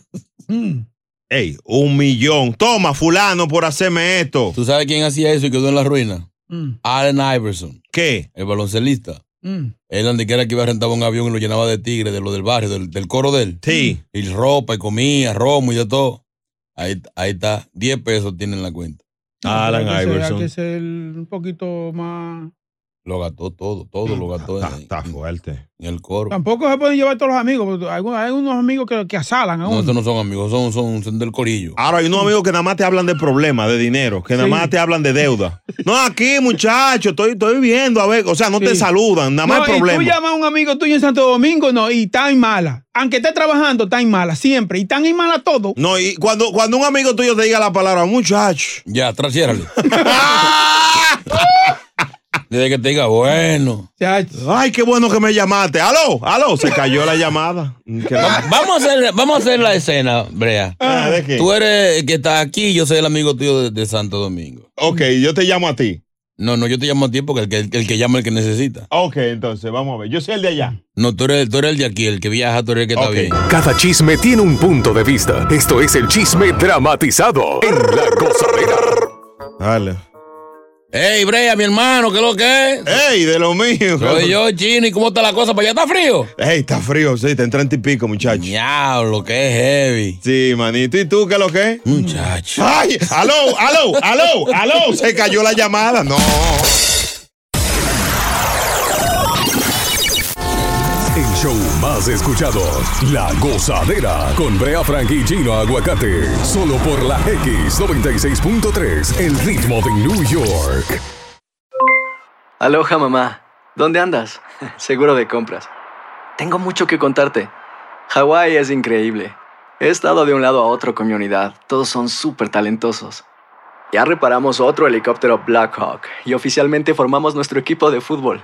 [SPEAKER 2] Mm.
[SPEAKER 1] Ey, un millón. Toma, fulano, por hacerme esto.
[SPEAKER 8] ¿Tú sabes quién hacía eso y quedó en la ruina?
[SPEAKER 2] Mm.
[SPEAKER 8] Allen Iverson.
[SPEAKER 1] ¿Qué?
[SPEAKER 8] El baloncelista.
[SPEAKER 2] Mm.
[SPEAKER 8] Él donde quiera que iba rentaba un avión y lo llenaba de tigres, de lo del barrio, del, del coro de él.
[SPEAKER 1] Sí.
[SPEAKER 8] Y ropa, y comida, romo y de todo. Ahí, ahí está. 10 pesos tiene en la cuenta.
[SPEAKER 1] Alan
[SPEAKER 2] Hay Ah, que ser- hay que ser un poquito más.
[SPEAKER 8] Lo gastó todo, todo lo gastó. en-
[SPEAKER 1] Está fuerte.
[SPEAKER 8] En el coro.
[SPEAKER 2] Tampoco se pueden llevar todos los amigos. porque Hay unos- hay unos amigos que, que asalan a
[SPEAKER 8] No,
[SPEAKER 2] uno.
[SPEAKER 8] estos no son amigos, son, son, son del corillo.
[SPEAKER 1] Ahora hay
[SPEAKER 2] Mm.
[SPEAKER 1] unos amigos que nada más te hablan de problemas, de dinero, que nada
[SPEAKER 8] Sí.
[SPEAKER 1] más te hablan de deuda. No, aquí, muchacho, estoy, estoy viendo, a ver, o sea, no te saludan, nada más
[SPEAKER 2] No,
[SPEAKER 1] hay
[SPEAKER 2] Y tú
[SPEAKER 1] problemas.
[SPEAKER 2] llamas a un amigo tuyo en Santo Domingo, no, y está en mala. Aunque esté trabajando, está en mala, siempre. Y están en mala todo.
[SPEAKER 1] No, y cuando, cuando un amigo tuyo te diga la palabra, muchacho.
[SPEAKER 8] Ya, trasciérale. Desde que te diga, bueno.
[SPEAKER 1] Ay, qué bueno que me llamaste. Aló, aló, se cayó la llamada.
[SPEAKER 8] Va- Vamos a, hacer, vamos a hacer la escena, Brea.
[SPEAKER 1] Ah, ¿de qué?
[SPEAKER 8] Tú eres el que está aquí, yo soy el amigo tuyo de, de Santo Domingo.
[SPEAKER 1] Ok, yo te llamo a ti.
[SPEAKER 8] No, no, yo te llamo a ti porque el que, el, que llama es el que necesita.
[SPEAKER 1] Ok, entonces, vamos a ver. Yo soy el de allá.
[SPEAKER 8] No, tú eres, tú eres el de aquí, el que viaja, tú eres el que está bien.
[SPEAKER 3] Cada chisme tiene un punto de vista. Esto es el chisme dramatizado en la gozadera.
[SPEAKER 1] Dale.
[SPEAKER 8] ¡Ey, Brea, mi hermano, qué es lo que es!
[SPEAKER 1] ¡Ey, de lo mío!
[SPEAKER 8] Soy yo, Chino, ¿y cómo está la cosa? ¿Para allá está frío?
[SPEAKER 1] Ey, está frío, sí, está en 30 y pico, muchacho.
[SPEAKER 8] Diablo, que es heavy.
[SPEAKER 1] Sí, manito. ¿Y tú qué es lo que es?
[SPEAKER 8] Muchacho.
[SPEAKER 1] ¡Ay! ¡Aló, aló, aló, aló! Se cayó la llamada. No.
[SPEAKER 3] El show más escuchado, La Gozadera, con Brea Frank y Gino Aguacate, solo por la X96.3, el ritmo de New York.
[SPEAKER 15] Aloha mamá, ¿dónde andas? Seguro de compras. Tengo mucho que contarte. Hawái es increíble. He estado de un lado a otro con mi unidad. Todos son súper talentosos. Ya reparamos otro helicóptero Blackhawk y oficialmente formamos nuestro equipo de fútbol.